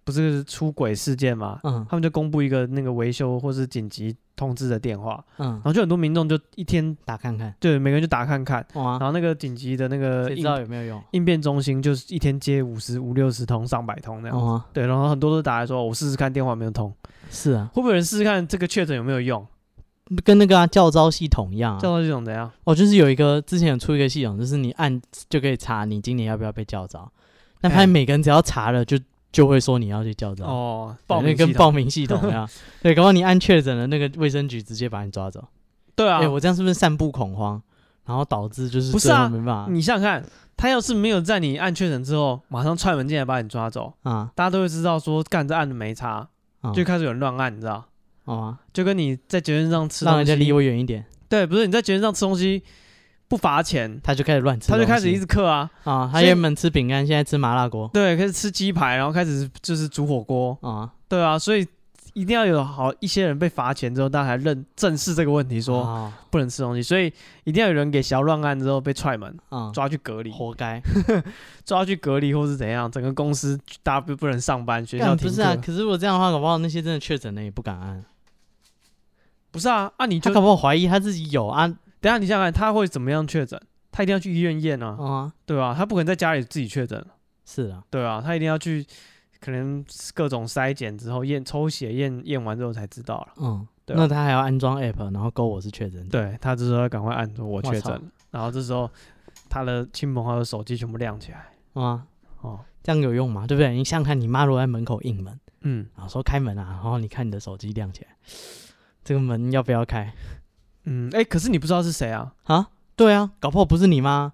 [SPEAKER 1] 不是出轨事件吗？
[SPEAKER 2] 嗯
[SPEAKER 1] 他们就公布一个那个维修或是紧急通知的电话，
[SPEAKER 2] 嗯
[SPEAKER 1] 然，后就很多民众就一天
[SPEAKER 2] 打看看，
[SPEAKER 1] 对每个人就打看看，
[SPEAKER 2] 哇、
[SPEAKER 1] 然后那个紧急的那个
[SPEAKER 2] 谁知
[SPEAKER 1] 应
[SPEAKER 2] 道有没有用？
[SPEAKER 1] 应变中心就是一天接五十五六十通上百通那样，
[SPEAKER 2] 哦啊，
[SPEAKER 1] 对，然后很多都打来说哦我试试看电话有没有通，
[SPEAKER 2] 是啊，
[SPEAKER 1] 会不会有人试试看这个确诊有没有用？
[SPEAKER 2] 跟那个、啊、教招系统一样、
[SPEAKER 1] 叫
[SPEAKER 2] 啊。
[SPEAKER 1] 到这种怎样？
[SPEAKER 2] 哦，就是有一个之前有出一个系统，就是你按就可以查你今年要不要被教招。那发现
[SPEAKER 1] 哎
[SPEAKER 2] 每个人只要查了就，就会说你要去教招。
[SPEAKER 1] 哦，
[SPEAKER 2] 对，
[SPEAKER 1] 报
[SPEAKER 2] 那
[SPEAKER 1] 名
[SPEAKER 2] 跟
[SPEAKER 1] 系
[SPEAKER 2] 报
[SPEAKER 1] 统
[SPEAKER 2] 名系统 一样。对，搞不好你按确诊了，那个卫生局直接把你抓走。
[SPEAKER 1] 对啊
[SPEAKER 2] 哎、，我这样是不是散布恐慌，然后导致就是
[SPEAKER 1] 不是
[SPEAKER 2] 最后
[SPEAKER 1] 啊
[SPEAKER 2] 没办
[SPEAKER 1] 你想想看，他要是没有在你按确诊之后马上踹门进来把你抓走，
[SPEAKER 2] 法啊
[SPEAKER 1] 大家都会知道说干这按的没差，
[SPEAKER 2] 啊，
[SPEAKER 1] 就开始有人乱按，你知道？
[SPEAKER 2] 好啊，
[SPEAKER 1] 就跟你在捷运上吃
[SPEAKER 2] 让
[SPEAKER 1] 东
[SPEAKER 2] 人家离
[SPEAKER 1] 西，
[SPEAKER 2] 我远一点，
[SPEAKER 1] 对，不是你在捷运上吃东西不罚钱，
[SPEAKER 2] 他就开始乱吃
[SPEAKER 1] 他
[SPEAKER 2] 东西，
[SPEAKER 1] 就开始一直嗑啊，
[SPEAKER 2] 啊，他
[SPEAKER 1] 所以
[SPEAKER 2] 原本吃饼干，现在吃麻辣锅
[SPEAKER 1] 对，开始吃鸡排，然后开始就是煮火锅，
[SPEAKER 2] 啊，
[SPEAKER 1] 对啊，所以一定要有好一些人被罚钱之后，大家才认正视这个问题，说
[SPEAKER 2] 啊
[SPEAKER 1] 不能吃东西，所以一定要有人给小乱按之后被踹门，
[SPEAKER 2] 啊，
[SPEAKER 1] 抓去隔离，
[SPEAKER 2] 活该。
[SPEAKER 1] 抓去隔离或是怎样，整个公司大家不不能上班，学校
[SPEAKER 2] 干
[SPEAKER 1] 停
[SPEAKER 2] 不是
[SPEAKER 1] 课，
[SPEAKER 2] 啊，可是我这样的话，搞不好那些真的确诊了也不敢按，
[SPEAKER 1] 不是啊，啊你
[SPEAKER 2] 他
[SPEAKER 1] 就
[SPEAKER 2] 搞不好怀疑他自己有啊
[SPEAKER 1] 等一下你想想看他会怎么样确诊，他一定要去医院验啊，
[SPEAKER 2] 啊，
[SPEAKER 1] 对啊，他不可能在家里自己确诊，
[SPEAKER 2] 是啊，
[SPEAKER 1] 对啊，他一定要去可能各种筛检之后验抽血验验完之后才知道了，
[SPEAKER 2] 嗯，
[SPEAKER 1] 对啊
[SPEAKER 2] 那他还要安装 app，然后勾我是确诊哦者，
[SPEAKER 1] 对他这时候要赶快按说我
[SPEAKER 2] 哇
[SPEAKER 1] 确
[SPEAKER 2] 操
[SPEAKER 1] 诊了，然后这时候他的亲朋好友手机全部亮起来，
[SPEAKER 2] 对啊，
[SPEAKER 1] 哦，
[SPEAKER 2] 这样有用吗？对不对？你想想看，你妈如果在门口应门，
[SPEAKER 1] 嗯
[SPEAKER 2] 然后说开门啊，然后你看你的手机亮起来，这个门要不要开
[SPEAKER 1] 嗯，哎、可是你不知道是谁啊？
[SPEAKER 2] 啊？对啊，搞不好不是你妈，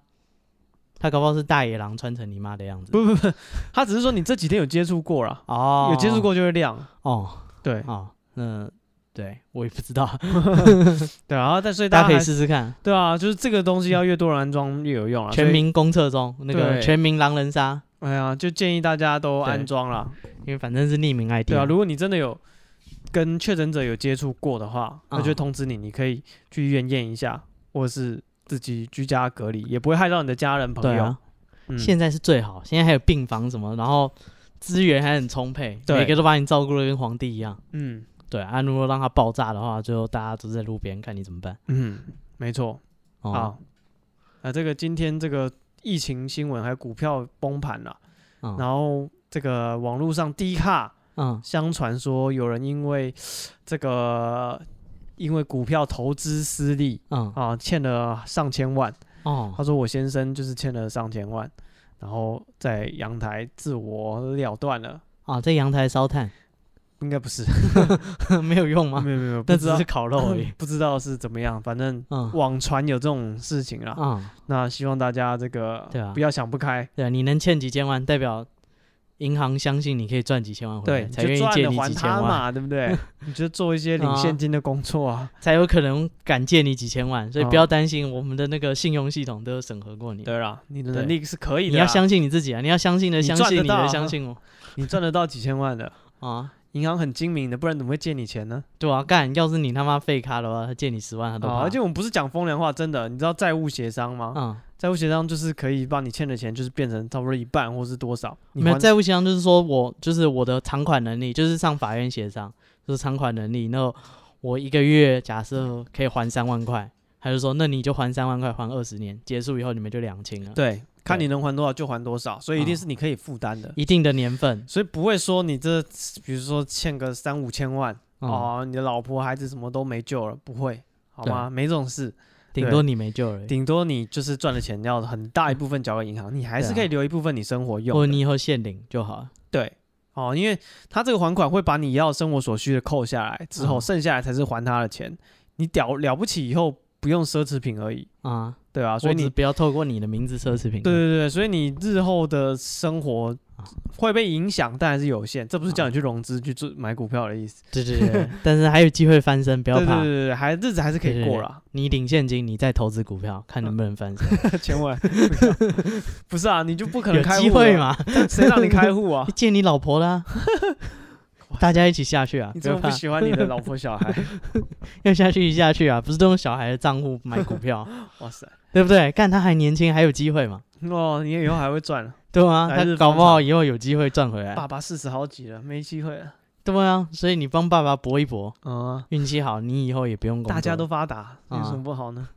[SPEAKER 2] 他搞不好是大野狼穿成你妈的样子
[SPEAKER 1] 不不不，他只是说你这几天有接触过啦，
[SPEAKER 2] 哦，
[SPEAKER 1] 有接触过就会亮，
[SPEAKER 2] 哦，
[SPEAKER 1] 对
[SPEAKER 2] 好，那对我也不知道，
[SPEAKER 1] 对啊，然后但所以大家
[SPEAKER 2] 大家可以
[SPEAKER 1] 还是
[SPEAKER 2] 试试看。
[SPEAKER 1] 对啊，就是这个东西要越多人安装越有用啊。
[SPEAKER 2] 全
[SPEAKER 1] 所以，
[SPEAKER 2] 民公测中，那个
[SPEAKER 1] 对
[SPEAKER 2] 全民狼人杀，
[SPEAKER 1] 哎呀，就建议大家都安装啦。
[SPEAKER 2] 因为反正是匿名 ID，
[SPEAKER 1] 对啊，
[SPEAKER 2] 嘛
[SPEAKER 1] 如果你真的有跟确诊者有接触过的话，那就
[SPEAKER 2] 啊
[SPEAKER 1] 通知你，你可以去医院验一下，或者是自己居家隔离，也不会害到你的家人朋
[SPEAKER 2] 对
[SPEAKER 1] 友。
[SPEAKER 2] 啊，
[SPEAKER 1] 嗯
[SPEAKER 2] 现在是最好，现在还有病房什么，然后资源还很充沛，
[SPEAKER 1] 对
[SPEAKER 2] 每个都把你照顾的跟皇帝一样。
[SPEAKER 1] 嗯
[SPEAKER 2] 对啊，如果让它爆炸的话，最后大家都在路边看你怎么办。
[SPEAKER 1] 嗯，没错。
[SPEAKER 2] 哦，
[SPEAKER 1] 好，那这个今天这个疫情新闻还有股票崩盘了，
[SPEAKER 2] 嗯
[SPEAKER 1] 然后这个网络上低卡
[SPEAKER 2] 嗯
[SPEAKER 1] 相传说有人因为这个因为股票投资失利
[SPEAKER 2] 嗯
[SPEAKER 1] 啊，欠了上千万。
[SPEAKER 2] 哦
[SPEAKER 1] 他说我先生就是欠了上千万，然后在阳台自我了断了，
[SPEAKER 2] 啊，在阳台烧炭
[SPEAKER 1] 应该不是，
[SPEAKER 2] 没 有用吗？
[SPEAKER 1] 没有没有没有，
[SPEAKER 2] 那
[SPEAKER 1] 不知
[SPEAKER 2] 只
[SPEAKER 1] 道。
[SPEAKER 2] 是烤肉而已
[SPEAKER 1] 不知道是怎么样，反正
[SPEAKER 2] 嗯
[SPEAKER 1] 网传有这种事情啦。
[SPEAKER 2] 啊，
[SPEAKER 1] 那希望大家这个
[SPEAKER 2] 对啊
[SPEAKER 1] 不要想不开。
[SPEAKER 2] 对啊，你能欠几千万，代表银行相信你可以赚几千万回来，
[SPEAKER 1] 对，
[SPEAKER 2] 才
[SPEAKER 1] 你
[SPEAKER 2] 愿
[SPEAKER 1] 就
[SPEAKER 2] 意
[SPEAKER 1] 赚
[SPEAKER 2] 借
[SPEAKER 1] 了
[SPEAKER 2] 你
[SPEAKER 1] 还
[SPEAKER 2] 几千
[SPEAKER 1] 他
[SPEAKER 2] 万，
[SPEAKER 1] 嘛，对不 对？你就做一些领现金的工作啊，
[SPEAKER 2] 才有可能敢借你几千万。所以不
[SPEAKER 1] 啊
[SPEAKER 2] 要担心，我们的那个信用系统都有审核过你。
[SPEAKER 1] 对啦，你的
[SPEAKER 2] 对
[SPEAKER 1] 能力是可以
[SPEAKER 2] 你
[SPEAKER 1] 的啦，
[SPEAKER 2] 要相信你自己啊！你要相信的，
[SPEAKER 1] 你
[SPEAKER 2] 相
[SPEAKER 1] 赚
[SPEAKER 2] 信
[SPEAKER 1] 得
[SPEAKER 2] 你
[SPEAKER 1] 到
[SPEAKER 2] 的，
[SPEAKER 1] 啊
[SPEAKER 2] 相信我
[SPEAKER 1] 你赚得到几千万的，
[SPEAKER 2] 啊！
[SPEAKER 1] 银行很精明的，不然怎么会借你钱 呢？
[SPEAKER 2] 对啊，干！要是你他妈废咖的话，他借你十万他都
[SPEAKER 1] 啊，
[SPEAKER 2] 怕。
[SPEAKER 1] 而且我们不是讲风凉话，真的，你知道债务协商吗？
[SPEAKER 2] 嗯，
[SPEAKER 1] 债务协商就是可以把你欠的钱，就是变成差不多一半或是多少，你
[SPEAKER 2] 没有
[SPEAKER 1] 还
[SPEAKER 2] 债务协商，就是说我就是我的偿款能力，就是上法院协商，就是偿款能力。那我一个月假设可以还三万块，他就说那你就还三万块，还二十年，结束以后你们就两清了，
[SPEAKER 1] 对，看你能还多少就还多少，所以一定是你可以负担的。
[SPEAKER 2] 一定的年份。
[SPEAKER 1] 所以不会说你这，比如说欠个三五千万
[SPEAKER 2] 嗯、
[SPEAKER 1] 哦，你的老婆孩子什么都没救了，不会，好吗？没这种事，
[SPEAKER 2] 顶多你没救了而已，
[SPEAKER 1] 顶多你就是赚了钱，要很大一部分交给银行，你还是
[SPEAKER 2] 对啊
[SPEAKER 1] 可以留一部分你生活用
[SPEAKER 2] 或
[SPEAKER 1] 的。
[SPEAKER 2] 者你以后现领就好了。
[SPEAKER 1] 对，哦，因为他这个还款会把你要生活所需的扣下来之后，
[SPEAKER 2] 嗯
[SPEAKER 1] 剩下来才是还他的钱。你了了不起以后不用奢侈品而已，
[SPEAKER 2] 啊、
[SPEAKER 1] 对啊，所
[SPEAKER 2] 所
[SPEAKER 1] 以
[SPEAKER 2] 以
[SPEAKER 1] 你
[SPEAKER 2] 你不要透过你的名字奢侈品。
[SPEAKER 1] 对对对，所以你日后的生活
[SPEAKER 2] 嗯啊
[SPEAKER 1] 会被影响，但还是有限。这不是叫你去融资、去做买股票的意思。
[SPEAKER 2] 对对对对，但是还有机会翻身，不
[SPEAKER 1] 对
[SPEAKER 2] 要
[SPEAKER 1] 对
[SPEAKER 2] 怕。
[SPEAKER 1] 对对，对还日子还是可以过啦，
[SPEAKER 2] 你领现金，你再投资股票，看能不能翻身。
[SPEAKER 1] 千万 不要不是啊，你就不可能
[SPEAKER 2] 有
[SPEAKER 1] 开户
[SPEAKER 2] 机会
[SPEAKER 1] 啊？
[SPEAKER 2] 嘛？？
[SPEAKER 1] 谁让你开户啊
[SPEAKER 2] 借你老婆 的、啊，大家一起下去啊！
[SPEAKER 1] 你
[SPEAKER 2] 不
[SPEAKER 1] 这
[SPEAKER 2] 要
[SPEAKER 1] 么不
[SPEAKER 2] 怕，
[SPEAKER 1] 喜欢你 的老婆小孩？
[SPEAKER 2] 要下去一下去啊！不是都用小孩的账户买股 票，
[SPEAKER 1] 哇塞，
[SPEAKER 2] 对不对？看他还年轻，还有机会嘛？
[SPEAKER 1] 哦，你以后还会赚。
[SPEAKER 2] 对吗？
[SPEAKER 1] 来
[SPEAKER 2] 他
[SPEAKER 1] 日
[SPEAKER 2] 搞不
[SPEAKER 1] 方
[SPEAKER 2] 好以后有机会赚回来。
[SPEAKER 1] 爸爸四十好几了，没机会了。
[SPEAKER 2] 对啊，所以你帮爸爸搏一搏，
[SPEAKER 1] 嗯，
[SPEAKER 2] 运气好，你以后也不啊用工作。
[SPEAKER 1] 大家都发达，有
[SPEAKER 2] 啊
[SPEAKER 1] 什么不好呢？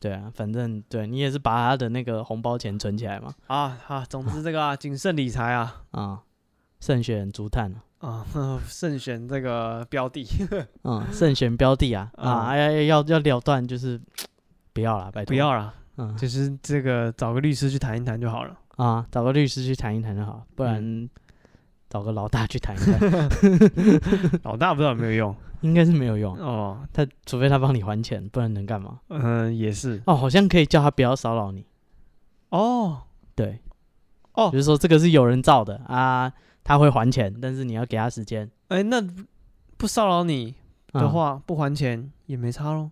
[SPEAKER 2] 对啊，反正对你也是把他的那个红包钱存起来嘛。
[SPEAKER 1] 啊啊，总之这个啊，谨慎理财啊
[SPEAKER 2] 啊，慎选竹炭啊，
[SPEAKER 1] 啊， 呵慎选这个标的，
[SPEAKER 2] 嗯，慎选标的啊，啊，
[SPEAKER 1] 啊
[SPEAKER 2] 哎呀，要要了断就是不要啦，拜托，
[SPEAKER 1] 不，要啦，
[SPEAKER 2] 嗯
[SPEAKER 1] 就是这个找个律师去谈一谈就好了。
[SPEAKER 2] 啊，找个律师去谈一谈就好，
[SPEAKER 1] 嗯
[SPEAKER 2] 不然找个老大去谈一谈，
[SPEAKER 1] 老大不知道有没有用
[SPEAKER 2] 应该是没有用，
[SPEAKER 1] 哦，
[SPEAKER 2] 他除非他帮你还钱，不然能干嘛？
[SPEAKER 1] 嗯，也是
[SPEAKER 2] 哦，好像可以叫他不要骚扰你，
[SPEAKER 1] 哦，
[SPEAKER 2] 对，
[SPEAKER 1] 哦
[SPEAKER 2] 就是说这个是有人造的啊，他会还钱，但是你要给他时间
[SPEAKER 1] 哎，那不骚扰你的
[SPEAKER 2] 嗯
[SPEAKER 1] 话，不还钱也没差咯，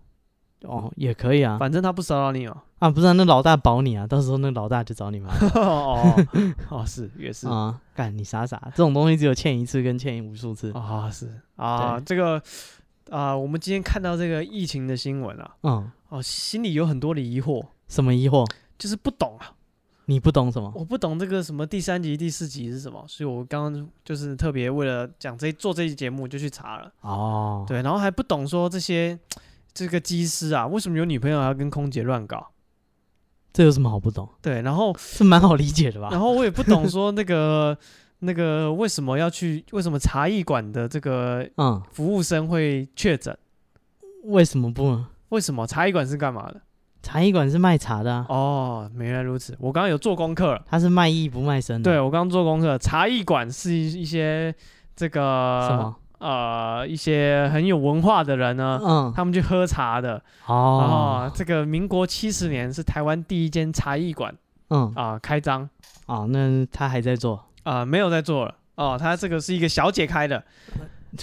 [SPEAKER 2] 哦，也可以啊，
[SPEAKER 1] 反正他不骚扰你嘛。
[SPEAKER 2] 啊，不是啊那老大保你啊，到时候那老大就找你麻烦。
[SPEAKER 1] 哦哦哦，是也是
[SPEAKER 2] 啊，干你傻傻，这种东西只有欠一次跟欠无数次。
[SPEAKER 1] 啊是啊，这个啊，我们今天看到这个疫情的新闻啊。
[SPEAKER 2] 嗯，
[SPEAKER 1] 哦，心里有很多的疑惑，
[SPEAKER 2] 什么疑惑？
[SPEAKER 1] 就是不懂啊，
[SPEAKER 2] 你不懂什么？
[SPEAKER 1] 我不懂这个什么第三集、第四集是什么，所以我刚刚就是特别为了讲这做这期节目就去查了，
[SPEAKER 2] 哦，
[SPEAKER 1] 对，然后还不懂说这些这个机师啊，为什么有女朋友还要跟空姐乱搞？
[SPEAKER 2] 这有什么好不懂？
[SPEAKER 1] 对，然后
[SPEAKER 2] 是蛮好理解的吧
[SPEAKER 1] 然？后我也不懂说那个 那个为什么要去，为什么茶艺馆的这个
[SPEAKER 2] 嗯，
[SPEAKER 1] 服务生会确诊？
[SPEAKER 2] 为什么不？
[SPEAKER 1] 为什么茶艺馆是干嘛的？
[SPEAKER 2] 茶艺馆是卖茶的啊，
[SPEAKER 1] 哦，原来如此，我刚刚有做功课了。
[SPEAKER 2] 它是卖艺不卖身的。
[SPEAKER 1] 对，我刚做功课，茶艺馆是一一些这
[SPEAKER 2] 什
[SPEAKER 1] 个
[SPEAKER 2] 么？
[SPEAKER 1] 呃一些很有文化的人呢，
[SPEAKER 2] 嗯，
[SPEAKER 1] 他们去喝茶的。然
[SPEAKER 2] 哦
[SPEAKER 1] 后，这个民国七十年是台湾第一间茶艺馆
[SPEAKER 2] 嗯，
[SPEAKER 1] 啊、开张
[SPEAKER 2] 哦，那他还在做，
[SPEAKER 1] 啊、没有在做了。哦，他这个是一个小姐开的，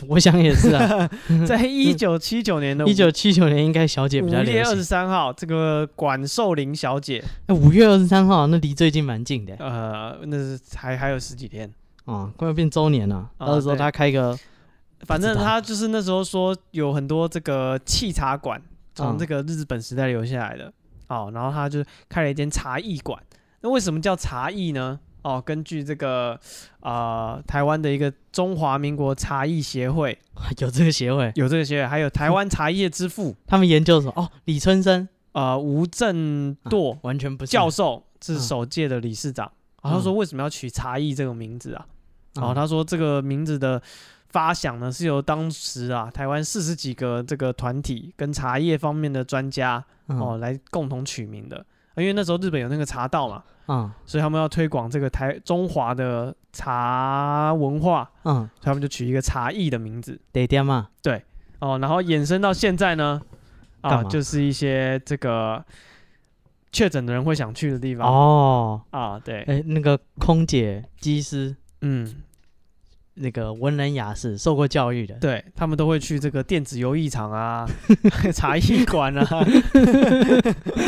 [SPEAKER 2] 我想也是 啊。
[SPEAKER 1] 在一九七九年的
[SPEAKER 2] 一九七九年应该小姐
[SPEAKER 1] 五
[SPEAKER 2] 比较
[SPEAKER 1] 月
[SPEAKER 2] 流
[SPEAKER 1] 二十
[SPEAKER 2] 行。
[SPEAKER 1] 三号，这个管寿玲小姐，
[SPEAKER 2] 哎五月二十三号，那离最近蛮近的。
[SPEAKER 1] 呃，那是还还有十几天，
[SPEAKER 2] 啊，快要变周年了，
[SPEAKER 1] 啊
[SPEAKER 2] 到时候
[SPEAKER 1] 对
[SPEAKER 2] 他开个
[SPEAKER 1] 反正
[SPEAKER 2] 不知道
[SPEAKER 1] 他就是那时候说有很多这个汽茶馆从
[SPEAKER 2] 嗯
[SPEAKER 1] 这个日本时代留下来的、哦，然后他就开了一间茶艺馆。那为什么叫茶艺呢？哦，根据这个呃台湾的一个中华民国茶艺协会
[SPEAKER 2] 有这个协会，
[SPEAKER 1] 有这个协会，还有台湾茶叶之父
[SPEAKER 2] 他们研究什么？哦，李春生
[SPEAKER 1] 呃吴振铎
[SPEAKER 2] 完全啊不是
[SPEAKER 1] 教授是
[SPEAKER 2] 嗯
[SPEAKER 1] 首届的理事长。啊、他说为什么要取茶艺这个名字啊？
[SPEAKER 2] 嗯
[SPEAKER 1] 然后他说这个名字的发想呢，是由当时啊台湾四十几个这个团体跟茶叶方面的专家哦
[SPEAKER 2] 哦，
[SPEAKER 1] 来共同取名的，啊因为那时候日本有那个茶道嘛，
[SPEAKER 2] 嗯
[SPEAKER 1] 所以他们要推广这个台中华的茶文化，
[SPEAKER 2] 嗯，
[SPEAKER 1] 所以他们就取一个茶艺的名字
[SPEAKER 2] 得点嘛，
[SPEAKER 1] 哦，然后衍生到现在呢，啊
[SPEAKER 2] 干嘛
[SPEAKER 1] 就是一些这个确诊的人会想去的地方
[SPEAKER 2] 哦，
[SPEAKER 1] 啊，对，
[SPEAKER 2] 哎，那个空姐、机师
[SPEAKER 1] 嗯，
[SPEAKER 2] 那个文人雅士、受过教育的，
[SPEAKER 1] 对他们都会去这个电子游艺场 啊、茶艺馆啊，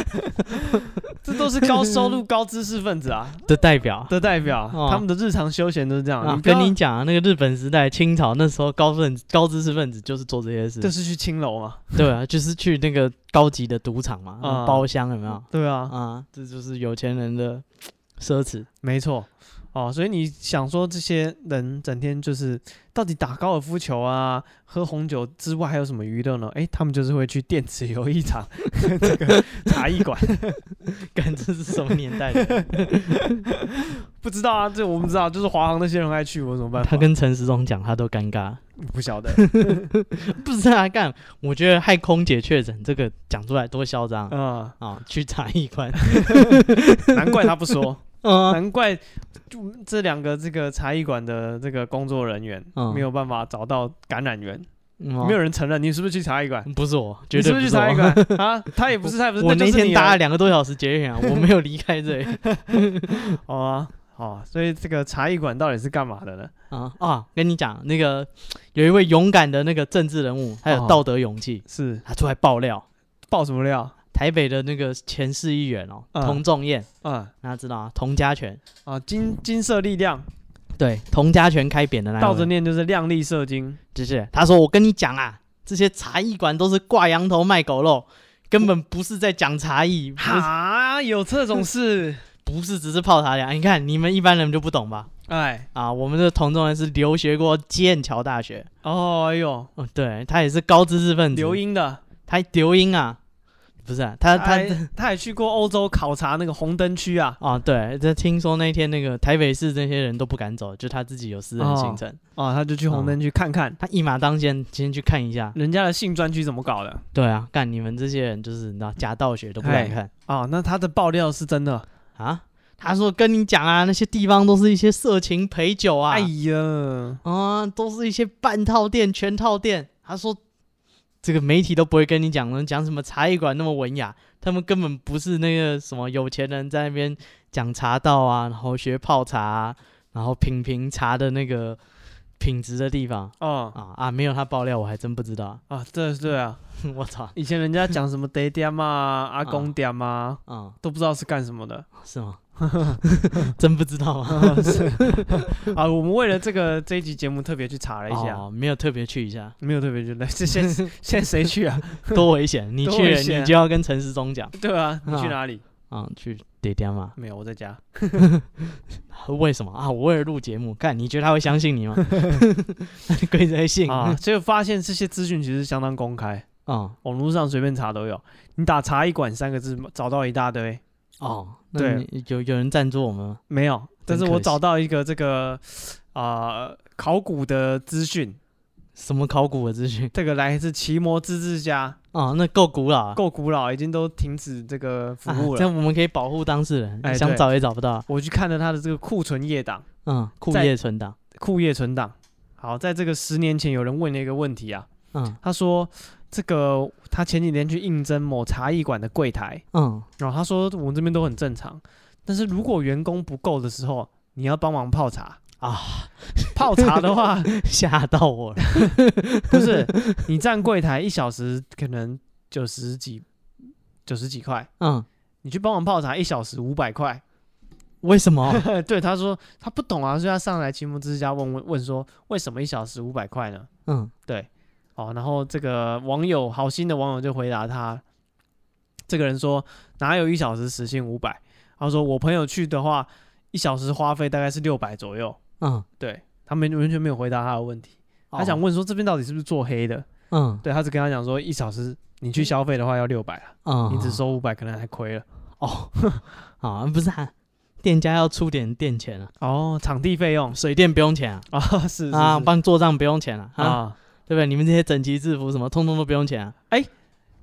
[SPEAKER 1] 这都是高收入、高知识分子啊
[SPEAKER 2] 的代表。
[SPEAKER 1] 的代表，
[SPEAKER 2] 哦
[SPEAKER 1] 他们的日常休闲都是这样。
[SPEAKER 2] 啊，
[SPEAKER 1] 你不
[SPEAKER 2] 跟
[SPEAKER 1] 要
[SPEAKER 2] 你讲啊，那个日本时代、清朝那时候高分高知识分子就是做这些事，
[SPEAKER 1] 就是去青楼嘛，
[SPEAKER 2] 对啊，就是去那个高级的赌场嘛，
[SPEAKER 1] 啊
[SPEAKER 2] 包厢有没有？
[SPEAKER 1] 对啊，
[SPEAKER 2] 啊，这就是有钱人的 奢侈。
[SPEAKER 1] 没错，哦，所以你想说这些人整天就是到底打高尔夫球啊、喝红酒之外还有什么娱乐呢？诶，他们就是会去电子游艺场、 这个茶艺馆，
[SPEAKER 2] 干这是什么年代的？
[SPEAKER 1] 不知道啊，这我不知道，就是华航那些人爱去，我有什么办法？
[SPEAKER 2] 他跟陈时中讲，他都尴尬。
[SPEAKER 1] 不晓得，
[SPEAKER 2] 不是啊，干，我觉得害空姐确诊这个讲出来多嚣张 啊！
[SPEAKER 1] 嗯，
[SPEAKER 2] 去查一 关，
[SPEAKER 1] 难怪他不 说，
[SPEAKER 2] 嗯，
[SPEAKER 1] 难怪就这两个这个茶艺馆的这个工作人员
[SPEAKER 2] 嗯
[SPEAKER 1] 没有办法找到感染源，
[SPEAKER 2] 没
[SPEAKER 1] 没有人承认你是不是去茶艺馆。
[SPEAKER 2] 不是我，
[SPEAKER 1] 你
[SPEAKER 2] 嗯绝
[SPEAKER 1] 是
[SPEAKER 2] 对
[SPEAKER 1] 不是去
[SPEAKER 2] 我
[SPEAKER 1] 茶艺馆啊？他也不是，他也不是。
[SPEAKER 2] 我
[SPEAKER 1] 那就
[SPEAKER 2] 那
[SPEAKER 1] 是
[SPEAKER 2] 天
[SPEAKER 1] 你啊
[SPEAKER 2] 搭了两个多小时捷运啊，我没有离开这里
[SPEAKER 1] 哦啊，哦，所以这个茶艺馆到底是干嘛的呢？
[SPEAKER 2] 啊啊！跟你讲，那个有一位勇敢的那个政治人物，他有
[SPEAKER 1] 哦
[SPEAKER 2] 道德勇气，
[SPEAKER 1] 是
[SPEAKER 2] 他出来爆料，
[SPEAKER 1] 爆什么料？
[SPEAKER 2] 台北的那个前市议员哦，
[SPEAKER 1] 嗯
[SPEAKER 2] 童仲彦，
[SPEAKER 1] 嗯
[SPEAKER 2] 大家知道啊，童家全，
[SPEAKER 1] 啊，金金色力量，
[SPEAKER 2] 对，童家全开扁的那一位
[SPEAKER 1] 倒着，念就是亮丽射精。
[SPEAKER 2] 就是他说我跟你讲啊，这些茶艺馆都是挂羊头卖狗肉，根本不是在讲茶艺，不是
[SPEAKER 1] 哈，啊有这种 事？
[SPEAKER 2] 不是只是泡茶啊凉。你看你们一般人就不懂吧？
[SPEAKER 1] 哎，
[SPEAKER 2] 啊，我们这童仲彦是留学过剑桥大学，
[SPEAKER 1] 哦，哎呦，
[SPEAKER 2] 哦，对他也是高知识分子，
[SPEAKER 1] 刘英的，
[SPEAKER 2] 他刘英啊，不是啊、他他
[SPEAKER 1] 还他也去过欧洲考察那个红灯区啊。
[SPEAKER 2] 啊，对，这听说那天那个台北市那些人都不敢走，就他自己有私人行程，
[SPEAKER 1] 哦，他就去红灯区看看
[SPEAKER 2] 他一马当先先去看一下。
[SPEAKER 1] 人家的性专区怎么搞的。
[SPEAKER 2] 对啊，干你们这些人就是你知道假道学都不敢
[SPEAKER 1] 哎
[SPEAKER 2] 看
[SPEAKER 1] 哦，那他的爆料是真的。
[SPEAKER 2] 啊。他说跟你讲啊，那些地方都是一些色情陪酒啊，
[SPEAKER 1] 哎呀，
[SPEAKER 2] 啊，都是一些半套店、全套店。他说这个媒体都不会跟你讲的，讲什么茶艺馆那么文雅，他们根本不是那个什么有钱人在那边讲茶道啊，然后学泡茶、啊，然后品评茶的那个品质的地方
[SPEAKER 1] 哦
[SPEAKER 2] 啊啊，没有他爆料，我还真不知道啊。
[SPEAKER 1] 啊，对对啊，
[SPEAKER 2] 我操，
[SPEAKER 1] 以前人家讲什么 day 点啊、阿公点啊，
[SPEAKER 2] 啊、
[SPEAKER 1] 都不知道是干什么的。
[SPEAKER 2] 是吗？ 真不知道啊。
[SPEAKER 1] 啊，我们为了这个这一集节目特别去查了一下，
[SPEAKER 2] 哦，没有特别去一下，
[SPEAKER 1] 没有特别去 来，这现 现在谁去啊？
[SPEAKER 2] 多危险！你
[SPEAKER 1] 多
[SPEAKER 2] 去
[SPEAKER 1] 危
[SPEAKER 2] 了，
[SPEAKER 1] 险
[SPEAKER 2] 你就要跟陈时中讲
[SPEAKER 1] 对啊，你去
[SPEAKER 2] 啊
[SPEAKER 1] 哪里？
[SPEAKER 2] 啊，去得点嘛。
[SPEAKER 1] 没有，我在家。
[SPEAKER 2] 为什么啊？我为了录节目，看你觉得他会相信你吗？ 鬼才信
[SPEAKER 1] 啊，
[SPEAKER 2] 啊！
[SPEAKER 1] 所以发现这些资讯其实相当公开，
[SPEAKER 2] 哦
[SPEAKER 1] 网络上随便查都有。你打“茶艺馆”三个字，找到一大堆。
[SPEAKER 2] 哦，
[SPEAKER 1] 对
[SPEAKER 2] 那你有有人赞助我们吗？
[SPEAKER 1] 没有，但是
[SPEAKER 2] 可
[SPEAKER 1] 我
[SPEAKER 2] 惜
[SPEAKER 1] 找到一个这个啊、考古的资讯，
[SPEAKER 2] 什么考古的资讯
[SPEAKER 1] 这个来自奇摩自治家，
[SPEAKER 2] 哦，那够古老啊，
[SPEAKER 1] 够古老，已经都停止这个服
[SPEAKER 2] 啊
[SPEAKER 1] 务
[SPEAKER 2] 这
[SPEAKER 1] 了。
[SPEAKER 2] 样我们可以保护当事
[SPEAKER 1] 哎
[SPEAKER 2] 人，想找也找不到。
[SPEAKER 1] 我去看了他的这个库存页档。
[SPEAKER 2] 嗯，库
[SPEAKER 1] 在
[SPEAKER 2] 页存档。
[SPEAKER 1] 库页存档。好，在这个十年前，有人问了一个问题啊，
[SPEAKER 2] 嗯
[SPEAKER 1] 他说这个他前几天去应征某茶艺馆的柜台，
[SPEAKER 2] 嗯，
[SPEAKER 1] 然后他说我们这边都很正常，但是如果员工不够的时候，你要帮忙泡茶
[SPEAKER 2] 啊。
[SPEAKER 1] 泡茶的话，
[SPEAKER 2] 吓到我了。
[SPEAKER 1] 不是你站柜台一小时可能九十几九十几块，
[SPEAKER 2] 嗯，
[SPEAKER 1] 你去帮忙泡茶一小时五百块。
[SPEAKER 2] 为什么？
[SPEAKER 1] 对，他说他不懂啊，所以他上来奇摩之家问问问说为什么一小时五百块呢？
[SPEAKER 2] 嗯
[SPEAKER 1] 哦，然后这个网友好心的网友就回答他，这个人说哪有一小时时薪五百？他说我朋友去的话，一小时花费大概是六百左右。
[SPEAKER 2] 嗯，
[SPEAKER 1] 对他们完全没有回答他的问题，他想
[SPEAKER 2] 哦
[SPEAKER 1] 问说这边到底是不是做黑的？
[SPEAKER 2] 嗯
[SPEAKER 1] 对，他只跟他讲说一小时你去消费的话要六百了，
[SPEAKER 2] 嗯，
[SPEAKER 1] 你只收五百可能还亏了。
[SPEAKER 2] 哦啊，不是啊，店家要出点店钱啊，
[SPEAKER 1] 哦，场地费用
[SPEAKER 2] 水电不用钱啊，
[SPEAKER 1] 啊，是是是
[SPEAKER 2] 啊，帮做账不用钱啊，啊，
[SPEAKER 1] 啊，
[SPEAKER 2] 对不对？你们这些整齐制服什么，通通都不用钱啊。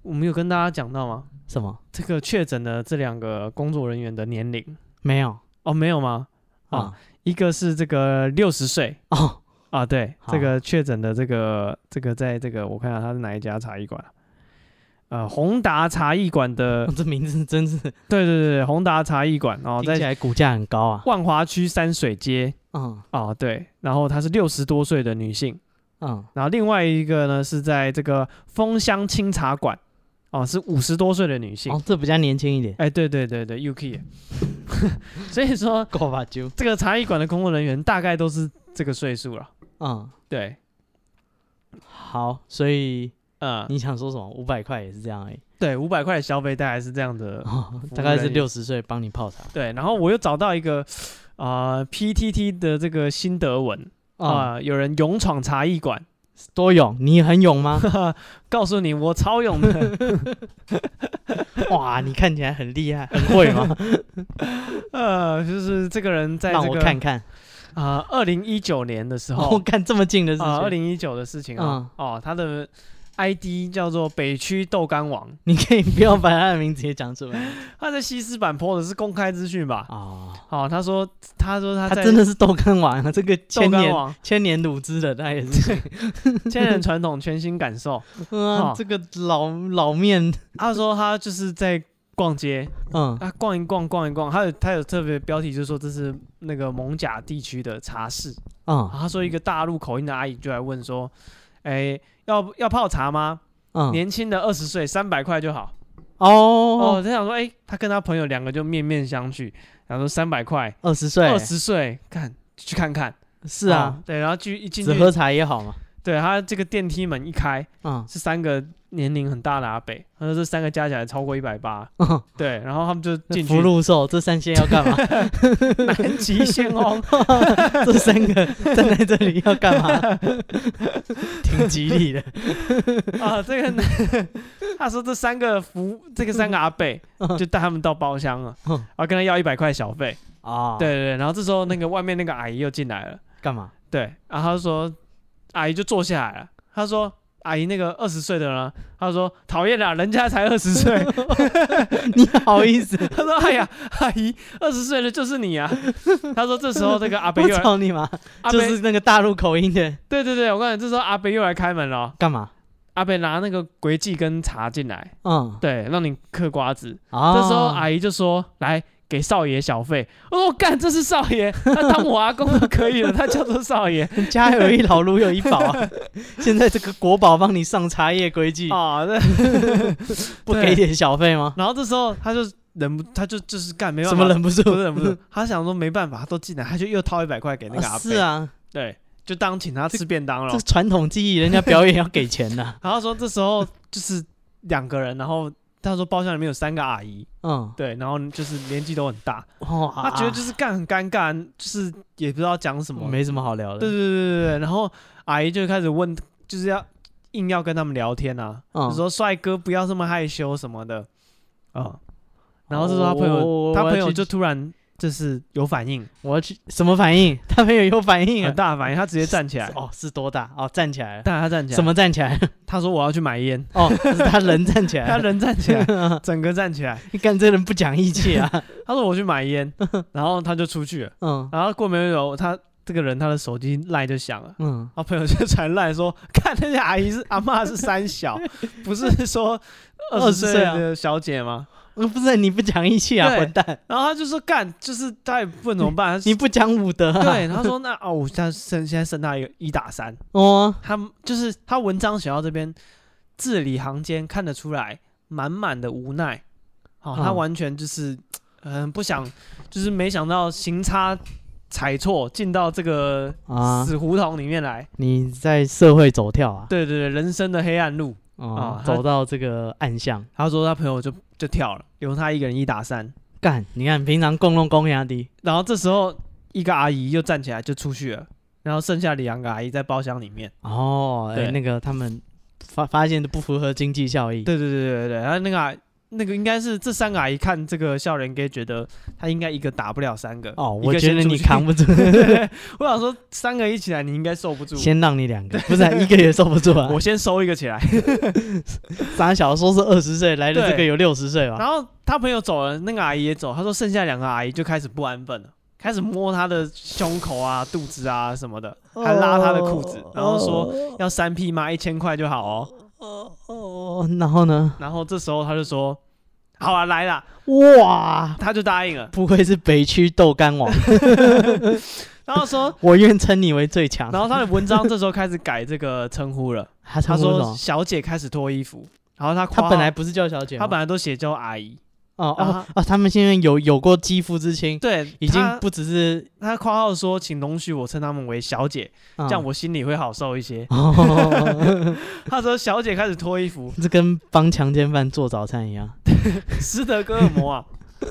[SPEAKER 1] 我们有跟大家讲到吗？
[SPEAKER 2] 什么？
[SPEAKER 1] 这个确诊的这两个工作人员的年龄
[SPEAKER 2] 没有
[SPEAKER 1] 哦，没有吗？
[SPEAKER 2] 啊
[SPEAKER 1] 啊？一个是这个六十岁，
[SPEAKER 2] 哦，
[SPEAKER 1] 啊，对，
[SPEAKER 2] 好
[SPEAKER 1] 这个确诊的这个这个在这个我看下他是哪一家茶艺馆啊、呃宏达茶艺馆 的
[SPEAKER 2] 哦，这名字真是听
[SPEAKER 1] 对对对对，宏达茶艺馆哦，
[SPEAKER 2] 起
[SPEAKER 1] 在
[SPEAKER 2] 来骨架很高啊。
[SPEAKER 1] 万华区山水街
[SPEAKER 2] 嗯
[SPEAKER 1] 哦，对，然后她是六十多岁的女性，
[SPEAKER 2] 嗯，
[SPEAKER 1] 然后另外一个呢是在这个枫香清茶馆哦，是五十多岁的女性，
[SPEAKER 2] 哦，这比较年轻一点。
[SPEAKER 1] 哎，对对对对，Yuki，也 所以说
[SPEAKER 2] 够吧，就
[SPEAKER 1] 这个茶艺馆的工作人员大概都是这个岁数了，
[SPEAKER 2] 嗯
[SPEAKER 1] 对，
[SPEAKER 2] 好，所以
[SPEAKER 1] 嗯，
[SPEAKER 2] 你想说什么？五百块也是这样而已，
[SPEAKER 1] 对，五百块的消费大概是这样 的，
[SPEAKER 2] 哦
[SPEAKER 1] 务
[SPEAKER 2] 大概是
[SPEAKER 1] 人员
[SPEAKER 2] 六十岁帮你泡茶
[SPEAKER 1] 对，然后我又找到一个啊、呃 PTT 的这个心得文啊、
[SPEAKER 2] 啊。
[SPEAKER 1] 有人勇闯茶艺馆，
[SPEAKER 2] 多勇，你很勇吗？
[SPEAKER 1] 告诉你我超勇的，
[SPEAKER 2] 哇，你看起来很厉害，很会 吗？
[SPEAKER 1] 呃，就是这个人在
[SPEAKER 2] 让
[SPEAKER 1] 这
[SPEAKER 2] 我
[SPEAKER 1] 个
[SPEAKER 2] 看看。
[SPEAKER 1] 啊，二零一九年的 时
[SPEAKER 2] 哦，
[SPEAKER 1] 候
[SPEAKER 2] 看这么嗯近的事
[SPEAKER 1] 啊，二
[SPEAKER 2] 情，
[SPEAKER 1] 零一九的事情啊，哦，他的 ID 叫做北区豆干王，
[SPEAKER 2] 你可以不要把他的名字也讲出来
[SPEAKER 1] 他在西施版 PO 的是公开资讯吧？
[SPEAKER 2] 哦。
[SPEAKER 1] 哦，他说他说他
[SPEAKER 2] 他
[SPEAKER 1] 在
[SPEAKER 2] 真的是豆干王啊，这个
[SPEAKER 1] 豆
[SPEAKER 2] 千
[SPEAKER 1] 干
[SPEAKER 2] 年
[SPEAKER 1] 王，
[SPEAKER 2] 千年卤汁的，他也 是。啊
[SPEAKER 1] 千人传统全新感受。
[SPEAKER 2] 嗯，这个老老面，
[SPEAKER 1] 他说他就是在逛街，
[SPEAKER 2] 嗯
[SPEAKER 1] 啊，逛一逛，逛一逛，他有他有特别标题，就是说这是那个蒙甲地区的茶室。
[SPEAKER 2] 嗯
[SPEAKER 1] 啊他说一个大陆口音的阿姨就来问说，哎、要要泡茶吗？
[SPEAKER 2] 嗯，
[SPEAKER 1] 年轻的二十岁，三百块就好。哦，
[SPEAKER 2] 哦，
[SPEAKER 1] 他想说，哎、他跟他朋友两个就面面相觑，然后说三百块，
[SPEAKER 2] 二十岁
[SPEAKER 1] 二，十岁，看去看看。
[SPEAKER 2] 是啊
[SPEAKER 1] 哦，，对，然后去一进
[SPEAKER 2] 只喝
[SPEAKER 1] 去，
[SPEAKER 2] 茶也好嘛。
[SPEAKER 1] 对他这个电梯门一开，
[SPEAKER 2] 嗯，
[SPEAKER 1] 是三个年龄很大的阿北，他说这三个加起来超过一百 八，
[SPEAKER 2] 嗯
[SPEAKER 1] 对，然后他们就进去
[SPEAKER 2] 福禄寿这三仙要干 嘛？
[SPEAKER 1] 南极仙 翁，
[SPEAKER 2] 这三 个站在这里要干嘛？ 挺吉利的。
[SPEAKER 1] 啊，这 个男他说这三个服，这个三个阿贝就带他们到包厢了，
[SPEAKER 2] 嗯
[SPEAKER 1] 然后跟他要一百块小费。
[SPEAKER 2] 哦，
[SPEAKER 1] 对，对对，然后这时候那个外面那个阿姨又进来了，
[SPEAKER 2] 干嘛？
[SPEAKER 1] 对，然后他说阿姨就坐下来了，他说阿姨那个二十岁的呢，他说讨厌啊啦，人家才二十 岁，
[SPEAKER 2] 你好意思？
[SPEAKER 1] 他说哎呀，阿姨二十岁的就是你 啊，他说这时候那个阿北
[SPEAKER 2] 我
[SPEAKER 1] 又来，
[SPEAKER 2] 操你妈！
[SPEAKER 1] 阿
[SPEAKER 2] 就
[SPEAKER 1] 北
[SPEAKER 2] 是那个大陆口音的，
[SPEAKER 1] 对对对，我告诉你，这时候阿北又来开门了哦，
[SPEAKER 2] 干嘛？
[SPEAKER 1] 阿北拿那个轨迹跟茶进来，
[SPEAKER 2] 嗯，
[SPEAKER 1] 对，让你嗑瓜子。
[SPEAKER 2] 啊，
[SPEAKER 1] 这时候阿姨就说：“来给少爷小费。”我说：“我干，这是少爷，他当我阿公就可以了，他叫做少 爷
[SPEAKER 2] 家有一老，如有一宝啊。 现在这个国宝帮你上茶叶规矩，
[SPEAKER 1] 啊。那
[SPEAKER 2] 不给点小费吗？
[SPEAKER 1] 然后这时候他就忍不，他就就是干，没办
[SPEAKER 2] 什
[SPEAKER 1] 法，
[SPEAKER 2] 么忍不住？
[SPEAKER 1] 不是忍不住，他想说没办法，他都进来，他就又掏一百块给那个
[SPEAKER 2] 啊
[SPEAKER 1] 阿伯，哦
[SPEAKER 2] 是，啊，
[SPEAKER 1] 对，就当请他吃便当了
[SPEAKER 2] 这。传统技艺，人家表演要给钱的。
[SPEAKER 1] 然后说这时候就是两个人，然后他说包厢里面有三个阿姨，
[SPEAKER 2] 嗯，
[SPEAKER 1] 对，然后就是年纪都很大，
[SPEAKER 2] 哇，
[SPEAKER 1] 他觉得就是干很尴尬，就是也不知道讲什么，
[SPEAKER 2] 啊没什么好聊的。
[SPEAKER 1] 对对对对对，然后阿姨就开始问，就是要硬要跟他们聊天啊，
[SPEAKER 2] 嗯
[SPEAKER 1] 就说帅哥不要这么害羞什么的啊、然后这时
[SPEAKER 2] 哦
[SPEAKER 1] 候他朋友，
[SPEAKER 2] 我
[SPEAKER 1] 他
[SPEAKER 2] 我要
[SPEAKER 1] 朋友
[SPEAKER 2] 去
[SPEAKER 1] 就突然就是有反应，
[SPEAKER 2] 我要去什么反应？他朋友有反应
[SPEAKER 1] 很
[SPEAKER 2] 啊？
[SPEAKER 1] 大的反应，他直接站起来，
[SPEAKER 2] 哦，是多大？哦，站起来了。
[SPEAKER 1] 但 他站起来，
[SPEAKER 2] 什？么站起来？
[SPEAKER 1] 他说我要去买 烟，
[SPEAKER 2] 哦，是他人站起
[SPEAKER 1] 他
[SPEAKER 2] 来。
[SPEAKER 1] 人站 起来，整个站起来，
[SPEAKER 2] 你看这人不讲义气 啊。
[SPEAKER 1] 他说我去买 烟，然后他就出去了，
[SPEAKER 2] 嗯
[SPEAKER 1] 然后过没多久，他这个人他的手机赖就响了。
[SPEAKER 2] 嗯，
[SPEAKER 1] 他朋友就传赖说， 看那些阿姨是阿嬷是三 小，不是说二十岁
[SPEAKER 2] 20岁啊
[SPEAKER 1] 的小姐吗？
[SPEAKER 2] 呃不是你不讲义气啊，
[SPEAKER 1] 嗯对
[SPEAKER 2] 混蛋！
[SPEAKER 1] 然后他就说干，就是他也不能怎么办，
[SPEAKER 2] 你
[SPEAKER 1] 他
[SPEAKER 2] 不讲武德啊？
[SPEAKER 1] 对，然后说那哦，我现在剩现在剩他一个一打三，
[SPEAKER 2] 哦，
[SPEAKER 1] 他就是他文章写到这边字里行间看得出来满满的无奈，好、他
[SPEAKER 2] 嗯
[SPEAKER 1] 完全就是嗯、不想，就是没想到行差踩错进到这个
[SPEAKER 2] 啊
[SPEAKER 1] 死胡同里面来，
[SPEAKER 2] 你在社会走跳啊？
[SPEAKER 1] 对对对，人生的黑暗路。
[SPEAKER 2] 哦
[SPEAKER 1] 啊，
[SPEAKER 2] 走到这个暗巷
[SPEAKER 1] 他说他朋友就就跳了，留他一个人一打三，
[SPEAKER 2] 干，你看平常共弄公压低，
[SPEAKER 1] 然后这时候一个阿姨又站起来就出去了，然后剩下两个阿姨在包厢里面。
[SPEAKER 2] 哦，哎、
[SPEAKER 1] 对
[SPEAKER 2] 那个他们发发现的不符合经济效益，
[SPEAKER 1] 对对对对对，然后那个阿那个应该是这三个阿姨看这个笑人 gay，觉得他应该一个打不了三个。
[SPEAKER 2] 哦，
[SPEAKER 1] 一
[SPEAKER 2] 我
[SPEAKER 1] 个
[SPEAKER 2] 觉
[SPEAKER 1] 先
[SPEAKER 2] 得
[SPEAKER 1] 出
[SPEAKER 2] 你
[SPEAKER 1] 去
[SPEAKER 2] 扛，不住，
[SPEAKER 1] 我想说三个一起来你应该受不住，
[SPEAKER 2] 先让你两个，不然一个也受不住啊。
[SPEAKER 1] 我先收一个起来。
[SPEAKER 2] 傻小说是二十岁来的，
[SPEAKER 1] 对
[SPEAKER 2] 这个有六十岁吧？
[SPEAKER 1] 然后他朋友走了，那个阿姨也走，他说剩下两个阿姨就开始不安分了。开始摸他的胸口啊、肚子啊什么的，还拉他的裤子，然后说
[SPEAKER 2] 哦
[SPEAKER 1] 要三匹马一千块就好哦。
[SPEAKER 2] 哦哦哦，然后呢？
[SPEAKER 1] 然后这时候他就说：“好啊，来啦
[SPEAKER 2] 哇！”，
[SPEAKER 1] 他就答应了。
[SPEAKER 2] 不愧是北区豆干王，
[SPEAKER 1] 然后 说，
[SPEAKER 2] 我愿称你为最强。
[SPEAKER 1] 然后他的文章这时候开始改这个称呼了。
[SPEAKER 2] 他
[SPEAKER 1] 他
[SPEAKER 2] 称呼什
[SPEAKER 1] 说：“
[SPEAKER 2] 么？
[SPEAKER 1] 小姐开始脱衣服。”然后他
[SPEAKER 2] 他
[SPEAKER 1] 他
[SPEAKER 2] 本来不是叫小姐吗，
[SPEAKER 1] 他本来都写叫阿姨，
[SPEAKER 2] 哦
[SPEAKER 1] 然
[SPEAKER 2] 哦
[SPEAKER 1] 后
[SPEAKER 2] 哦，他们现在有有过肌肤之亲，
[SPEAKER 1] 对，
[SPEAKER 2] 已经
[SPEAKER 1] 他
[SPEAKER 2] 不只是
[SPEAKER 1] 他括号说：“请容许我称他们为小姐，
[SPEAKER 2] 这
[SPEAKER 1] 这样我心里会好受一些。
[SPEAKER 2] 哦，
[SPEAKER 1] 他说：“小姐开始脱衣服，
[SPEAKER 2] 这跟帮强奸犯做早餐一样，
[SPEAKER 1] 斯德哥尔摩啊，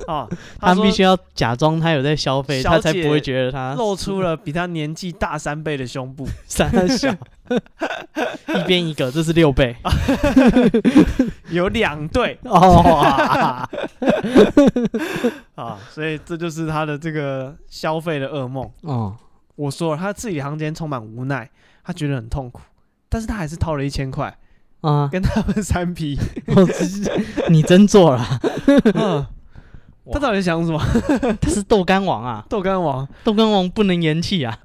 [SPEAKER 1] 啊，
[SPEAKER 2] 他
[SPEAKER 1] 说
[SPEAKER 2] 必须要啊假装他有在消费，
[SPEAKER 1] 小
[SPEAKER 2] 他才
[SPEAKER 1] 姐
[SPEAKER 2] 不会觉得他
[SPEAKER 1] 露出了比他年纪大三倍的胸部。
[SPEAKER 2] 三 小，一边一个，这是六倍
[SPEAKER 1] 有两对
[SPEAKER 2] 哦，
[SPEAKER 1] 啊，所以这就是他的这个消费的噩梦。
[SPEAKER 2] 哦，
[SPEAKER 1] 我说了，他字里行间充满无奈，他觉得很痛苦，但是他还是掏了一千块
[SPEAKER 2] 啊，
[SPEAKER 1] 跟他们三 P。
[SPEAKER 2] 我只是你真做了，啊
[SPEAKER 1] 嗯，他到底想什么？
[SPEAKER 2] 他是豆干王啊，
[SPEAKER 1] 豆干王，
[SPEAKER 2] 豆干王不能言弃啊，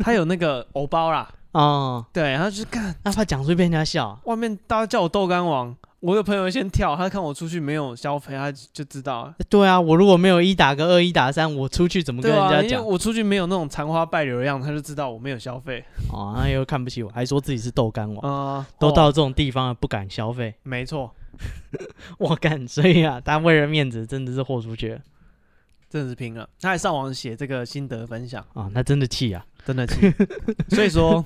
[SPEAKER 1] 他有那个偶包啦，
[SPEAKER 2] 哦，
[SPEAKER 1] 对，然后就是看
[SPEAKER 2] 那怕讲出去被人家笑，
[SPEAKER 1] 外面大家叫我豆干王，我有朋友先跳，他看我出去没有消费，他就知道了。
[SPEAKER 2] 对啊，我如果没有一打个二，一打三，我出去怎么
[SPEAKER 1] 对
[SPEAKER 2] 跟人
[SPEAKER 1] 啊，
[SPEAKER 2] 家
[SPEAKER 1] 因为
[SPEAKER 2] 讲？
[SPEAKER 1] 我出去没有那种残花败柳的样子，他就知道我没有消费
[SPEAKER 2] 哦，那又看不起我，还说自己是豆干王，
[SPEAKER 1] 啊、
[SPEAKER 2] 都
[SPEAKER 1] 哦
[SPEAKER 2] 到这种地方了不敢消费，
[SPEAKER 1] 没错，
[SPEAKER 2] 我干，所以啊，他为了面子真的是豁出去了
[SPEAKER 1] 真的是拼了。他还上网写这个心得分享，
[SPEAKER 2] 啊，那真的气啊，
[SPEAKER 1] 真的 气。所以说，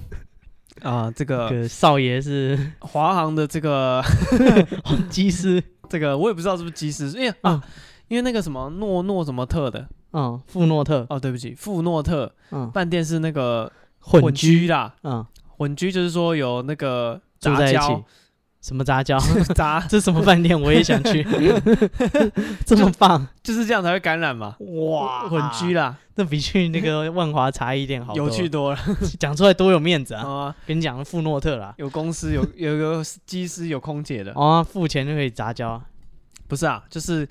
[SPEAKER 1] 啊、这
[SPEAKER 2] 这
[SPEAKER 1] 个
[SPEAKER 2] 个少爷是
[SPEAKER 1] 华航的这个
[SPEAKER 2] 机师，
[SPEAKER 1] 这个，我也不知道是不是机师，因为啊，因为那个什么诺诺什么特的，
[SPEAKER 2] 嗯，富诺特，
[SPEAKER 1] 哦，对不起，富诺特
[SPEAKER 2] 嗯，
[SPEAKER 1] 饭店是那个
[SPEAKER 2] 混
[SPEAKER 1] 居啦，
[SPEAKER 2] 嗯，
[SPEAKER 1] 混居就是说有那个
[SPEAKER 2] 住
[SPEAKER 1] 杂
[SPEAKER 2] 在一
[SPEAKER 1] 交
[SPEAKER 2] 起，什么杂交？
[SPEAKER 1] 杂，
[SPEAKER 2] 这什么饭店？我也想 去，这么棒
[SPEAKER 1] 就是这样才会感染嘛。
[SPEAKER 2] 哇
[SPEAKER 1] 混居
[SPEAKER 2] 了，
[SPEAKER 1] 啦，
[SPEAKER 2] 那比去那个万华茶艺啊店好多
[SPEAKER 1] 有
[SPEAKER 2] 了
[SPEAKER 1] 趣，多 了
[SPEAKER 2] 讲出来多有面子啊！
[SPEAKER 1] 啊！
[SPEAKER 2] 跟你讲，富诺特 啦，
[SPEAKER 1] 有公司有有有机师有空姐的，
[SPEAKER 2] 哦，付钱就可以杂交啊，
[SPEAKER 1] 不是啊，就是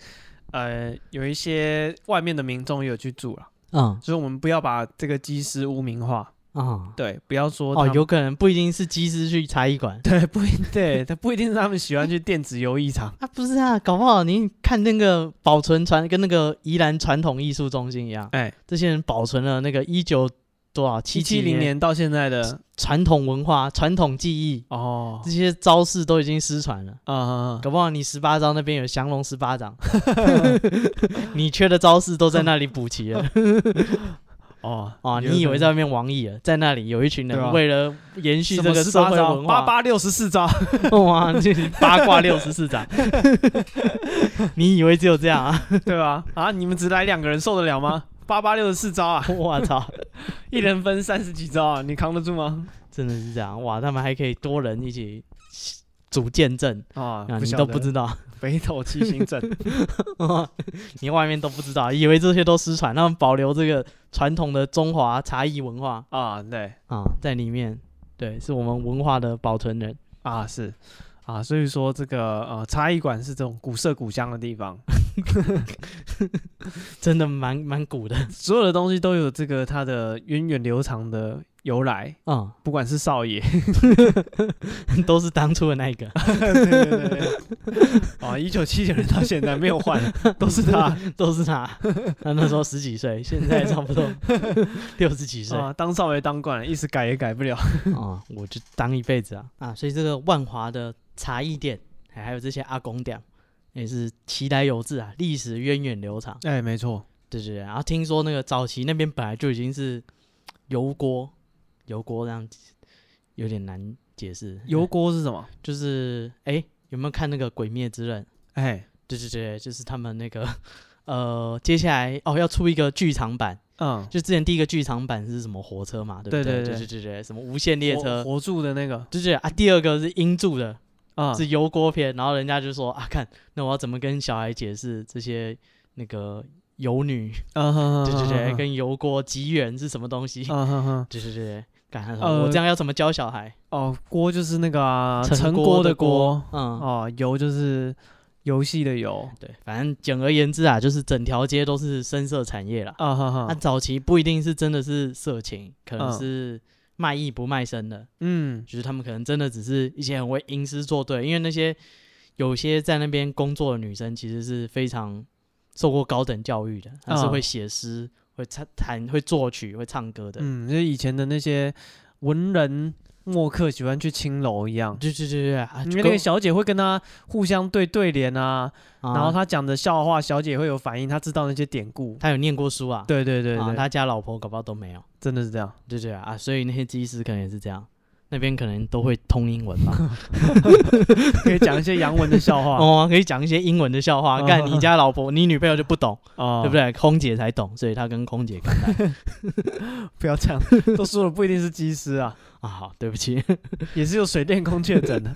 [SPEAKER 1] 呃有一些外面的民众也有去住了，
[SPEAKER 2] 嗯
[SPEAKER 1] 所以我们不要把这个机师污名化，
[SPEAKER 2] 啊。
[SPEAKER 1] 对，不要说
[SPEAKER 2] 哦，
[SPEAKER 1] 他们
[SPEAKER 2] 有可能不一定是机师去茶艺馆，
[SPEAKER 1] 对不一对，他不一定是他们喜欢去电子游艺场，
[SPEAKER 2] 啊，不是啊，搞不好你看那个保存传跟那个宜兰传统艺术中心一样，
[SPEAKER 1] 哎，
[SPEAKER 2] 这些人保存了那个一九多少
[SPEAKER 1] 七
[SPEAKER 2] 七
[SPEAKER 1] 七零年到现在 的
[SPEAKER 2] 传统文化、传统技艺，
[SPEAKER 1] 哦
[SPEAKER 2] 这些招式都已经失传了。
[SPEAKER 1] 啊啊，啊
[SPEAKER 2] 搞不好你十八招那边有降龙十八 掌，你缺的招式都在那里补齐 了
[SPEAKER 1] 哦
[SPEAKER 2] 啊！你以为在外面王毅了，在那里有一群
[SPEAKER 1] 对啊
[SPEAKER 2] 人为了延续
[SPEAKER 1] 什
[SPEAKER 2] 这
[SPEAKER 1] 么
[SPEAKER 2] 个
[SPEAKER 1] 十
[SPEAKER 2] 社
[SPEAKER 1] 八
[SPEAKER 2] 会
[SPEAKER 1] 招
[SPEAKER 2] 文
[SPEAKER 1] 八
[SPEAKER 2] 化，
[SPEAKER 1] 八六十四招，
[SPEAKER 2] 哇，这 八卦六十四掌，你以为只有这样啊？
[SPEAKER 1] 对吧？啊，你们只来两个人受得了吗？八八六十四招啊，
[SPEAKER 2] 我操！
[SPEAKER 1] 一人分三十几招啊，你扛得住吗？
[SPEAKER 2] 真的是这样哇！他们还可以多人一起组见证
[SPEAKER 1] 啊，
[SPEAKER 2] 啊，
[SPEAKER 1] 不
[SPEAKER 2] 你
[SPEAKER 1] 晓
[SPEAKER 2] 都
[SPEAKER 1] 得
[SPEAKER 2] 不知道，
[SPEAKER 1] 北斗七星阵，
[SPEAKER 2] 你外面都不知道，以为这些都失传，他们保留这个传统的中华茶艺文化
[SPEAKER 1] 啊，对
[SPEAKER 2] 啊，在里面，对，是我们文化的保存人。
[SPEAKER 1] 啊是啊，所以说这个呃茶艺馆是这种古色古香的地方，
[SPEAKER 2] 真的蛮蛮古的
[SPEAKER 1] 所有的东西都有这个它的源远流长的由来，
[SPEAKER 2] 啊、
[SPEAKER 1] 不管是少爷，
[SPEAKER 2] 都是当初的那一个，
[SPEAKER 1] 对对对 对啊，一九七九年到现在没有 换，都是他
[SPEAKER 2] 都是他。他那时候十几岁，现在差不多六十几岁啊、啊
[SPEAKER 1] 啊，当少爷当惯了，一时改也改不了。
[SPEAKER 2] 我就当一辈子啊啊！所以这个万华的茶艺店，哎还还有这些阿公店，也是奇来有志啊，历史源远流长。
[SPEAKER 1] 哎、没错，
[SPEAKER 2] 对对对，然后听说那个早期那边本来就已经是油锅，油锅这样子有点难解释。
[SPEAKER 1] 油锅是什么？
[SPEAKER 2] 就是哎、有没有看那个《鬼灭之刃》？
[SPEAKER 1] 哎、
[SPEAKER 2] 对对对，就是他们那个呃，接下来哦要出一个剧场版，
[SPEAKER 1] 嗯，
[SPEAKER 2] 就之前第一个剧场版是什么火车嘛，对不
[SPEAKER 1] 对对
[SPEAKER 2] 对
[SPEAKER 1] 对
[SPEAKER 2] 对对对什么无限列车。
[SPEAKER 1] 活活住的那个
[SPEAKER 2] 对对啊，第二个是英柱的，
[SPEAKER 1] 啊，
[SPEAKER 2] 是油锅片，然后人家就说啊，看那我要怎么跟小孩解释这些那个油女
[SPEAKER 1] 嗯
[SPEAKER 2] 对对对，跟油锅吉原是什么东西？
[SPEAKER 1] 嗯哼哼，
[SPEAKER 2] 对对对，感叹
[SPEAKER 1] 呃
[SPEAKER 2] 号！我这样要怎么教小孩？
[SPEAKER 1] 哦，锅就是那个啊
[SPEAKER 2] 成
[SPEAKER 1] 成锅
[SPEAKER 2] 的
[SPEAKER 1] 锅，，
[SPEAKER 2] 嗯，
[SPEAKER 1] 哦，油就是游戏的游，
[SPEAKER 2] 对，反正简而言之啊，就是整条街都是深色产业啦。
[SPEAKER 1] 啊哈
[SPEAKER 2] 那
[SPEAKER 1] 哈，
[SPEAKER 2] 早期不一定是真的是色情，可能
[SPEAKER 1] 嗯
[SPEAKER 2] 是卖艺不卖身的，
[SPEAKER 1] 嗯
[SPEAKER 2] 就是他们可能真的只是一些很会吟诗作对，因为那些有些在那边工作的女生其实是非常受过高等教育的，她是
[SPEAKER 1] 嗯
[SPEAKER 2] 会写诗、会弹、弹、会作曲、会唱歌的。
[SPEAKER 1] 嗯，就是以前的那些文人墨客喜欢去青楼一样，
[SPEAKER 2] 对对对对，啊
[SPEAKER 1] 因
[SPEAKER 2] 就
[SPEAKER 1] 为那
[SPEAKER 2] 跟
[SPEAKER 1] 个小姐会跟他互相对对联啊，
[SPEAKER 2] 啊
[SPEAKER 1] 然后他讲的笑话，小姐会有反应，她知道那些典故。
[SPEAKER 2] 他有念过书啊，
[SPEAKER 1] 对对对
[SPEAKER 2] 啊，
[SPEAKER 1] 对，
[SPEAKER 2] 他家老婆搞不好都没有。
[SPEAKER 1] 真的是这样。
[SPEAKER 2] 对对啊，所以那些技师可能也是这样，那边可能都会通英文吧。
[SPEAKER 1] 可以讲一些洋文的笑话 嗯
[SPEAKER 2] 哦，可以讲一些英文的笑话，干你家老婆、你女朋友就不懂，
[SPEAKER 1] 哦，
[SPEAKER 2] 对不？对？空姐才懂，所以她跟空姐干的
[SPEAKER 1] 不要这样， 都说了不一定是机师啊，
[SPEAKER 2] 啊，好，对不起，
[SPEAKER 1] 也是有水电工确诊的。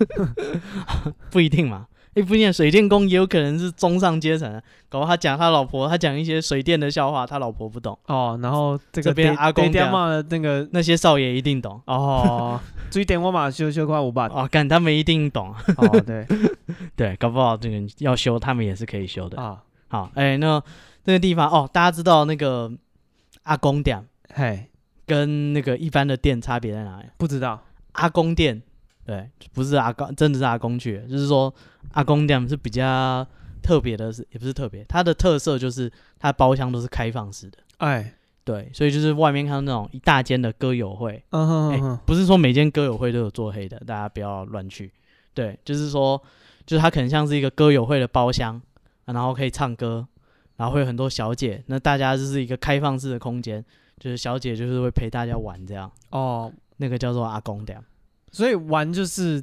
[SPEAKER 2] 不一定嘛。哎，不一定，水电工也有可能是中上阶层啊，搞不好他讲他老婆，他讲一些水电的笑话，他老婆不懂，
[SPEAKER 1] 哦，然后这个
[SPEAKER 2] 这边
[SPEAKER 1] 爹
[SPEAKER 2] 阿公
[SPEAKER 1] 爹爹
[SPEAKER 2] 讲
[SPEAKER 1] 骂的那个
[SPEAKER 2] 那些少爷一定懂。
[SPEAKER 1] 哦，追点我嘛修修块五百
[SPEAKER 2] 哦，干他们一定懂，啊
[SPEAKER 1] 哦，对
[SPEAKER 2] 对，搞不好这个要修，他们也是可以修的。
[SPEAKER 1] 啊，
[SPEAKER 2] 好，哎，那那个地方哦，大家知道那个阿公店
[SPEAKER 1] 嘿，
[SPEAKER 2] 跟那个一般的店差别在哪里？
[SPEAKER 1] 不知道
[SPEAKER 2] 阿公店，对，不是阿公，真的是阿公去的，就是说阿公店是比较特别的，是也不是特别，它的特色就是它包厢都是开放式的，
[SPEAKER 1] 哎，
[SPEAKER 2] 对，所以就是外面看到那种一大间的歌友会，
[SPEAKER 1] 嗯哼
[SPEAKER 2] 哎
[SPEAKER 1] 嗯哼，
[SPEAKER 2] 不是说每间歌友会都有做黑的，大家不要乱去，对，就是说，就是它可能像是一个歌友会的包厢、啊然后可以唱歌，然后会有很多小姐，那大家就是一个开放式的空间，就是小姐就是会陪大家玩这样，
[SPEAKER 1] 哦，
[SPEAKER 2] 那个叫做阿公店，
[SPEAKER 1] 所以玩就是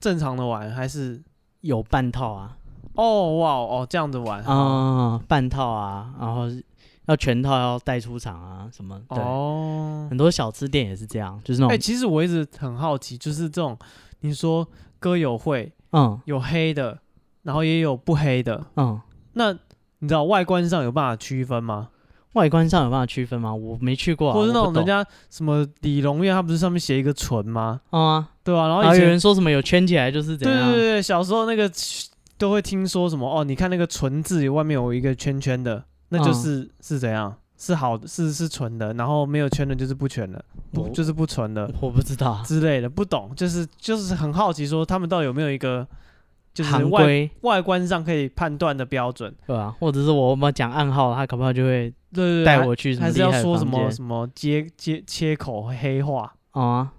[SPEAKER 1] 正常的玩还是
[SPEAKER 2] 有半套啊。
[SPEAKER 1] 哦哇哦这样子玩
[SPEAKER 2] 啊、半套啊，然后要全套要带出场啊，什么对，
[SPEAKER 1] 哦，
[SPEAKER 2] 很多小吃店也是这样，就是那种、
[SPEAKER 1] 哎，其实我一直很好奇，就是这种你说歌友会
[SPEAKER 2] 嗯
[SPEAKER 1] 有黑的，然后也有不黑的，
[SPEAKER 2] 嗯，
[SPEAKER 1] 那你知道外观上有办法区分吗？
[SPEAKER 2] 外观上有办法区分吗？我没去过、啊，
[SPEAKER 1] 或者是那
[SPEAKER 2] 我
[SPEAKER 1] 种
[SPEAKER 2] 不
[SPEAKER 1] 人
[SPEAKER 2] 懂
[SPEAKER 1] 家什么李荣院，他不是上面写一个纯吗？
[SPEAKER 2] 嗯啊，
[SPEAKER 1] 对吧、然
[SPEAKER 2] 然后
[SPEAKER 1] 后以
[SPEAKER 2] 有
[SPEAKER 1] 前
[SPEAKER 2] 人说什么有圈起来就是怎
[SPEAKER 1] 对对
[SPEAKER 2] 样，
[SPEAKER 1] 对对，小时候那个都会听说什么哦，你看那个纯字外面有一个圈圈的，那就是、
[SPEAKER 2] 嗯
[SPEAKER 1] 是怎样？是好的，是是纯的，然后没有圈的就是不全的，不
[SPEAKER 2] 我
[SPEAKER 1] 就是不纯的
[SPEAKER 2] 我不知道啊，
[SPEAKER 1] 之类的，不懂，就是就是很好奇说他们到底有没有一个就是
[SPEAKER 2] 行
[SPEAKER 1] 外
[SPEAKER 2] 规
[SPEAKER 1] 外观上可以判断的标准？
[SPEAKER 2] 对吧、或者是我们讲暗号，他搞不好就会
[SPEAKER 1] 对对对，啊
[SPEAKER 2] 带我去什么
[SPEAKER 1] 还
[SPEAKER 2] 厉
[SPEAKER 1] 是要
[SPEAKER 2] 害的
[SPEAKER 1] 说什
[SPEAKER 2] 房
[SPEAKER 1] 么
[SPEAKER 2] 间
[SPEAKER 1] 什么接接切口黑话？
[SPEAKER 2] 嗯啊，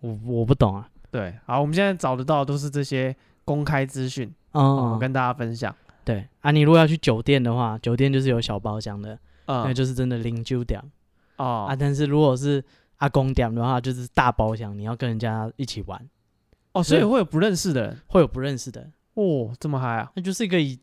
[SPEAKER 2] 我我不懂啊，
[SPEAKER 1] 对，好，我们现在找得到的都是这些公开资讯，哦
[SPEAKER 2] 嗯，
[SPEAKER 1] 跟大家分享。
[SPEAKER 2] 对啊，你如果要去酒店的话，酒店就是有小包厢的，那
[SPEAKER 1] 嗯，
[SPEAKER 2] 就是真的零酒点。啊，
[SPEAKER 1] 哦
[SPEAKER 2] 但是如果是阿公点的话，就是大包厢，你要跟人家一起玩，
[SPEAKER 1] 哦，所以会有不认识的人
[SPEAKER 2] 会有不认识的，
[SPEAKER 1] 哦，这么嗨啊？
[SPEAKER 2] 那就是一个以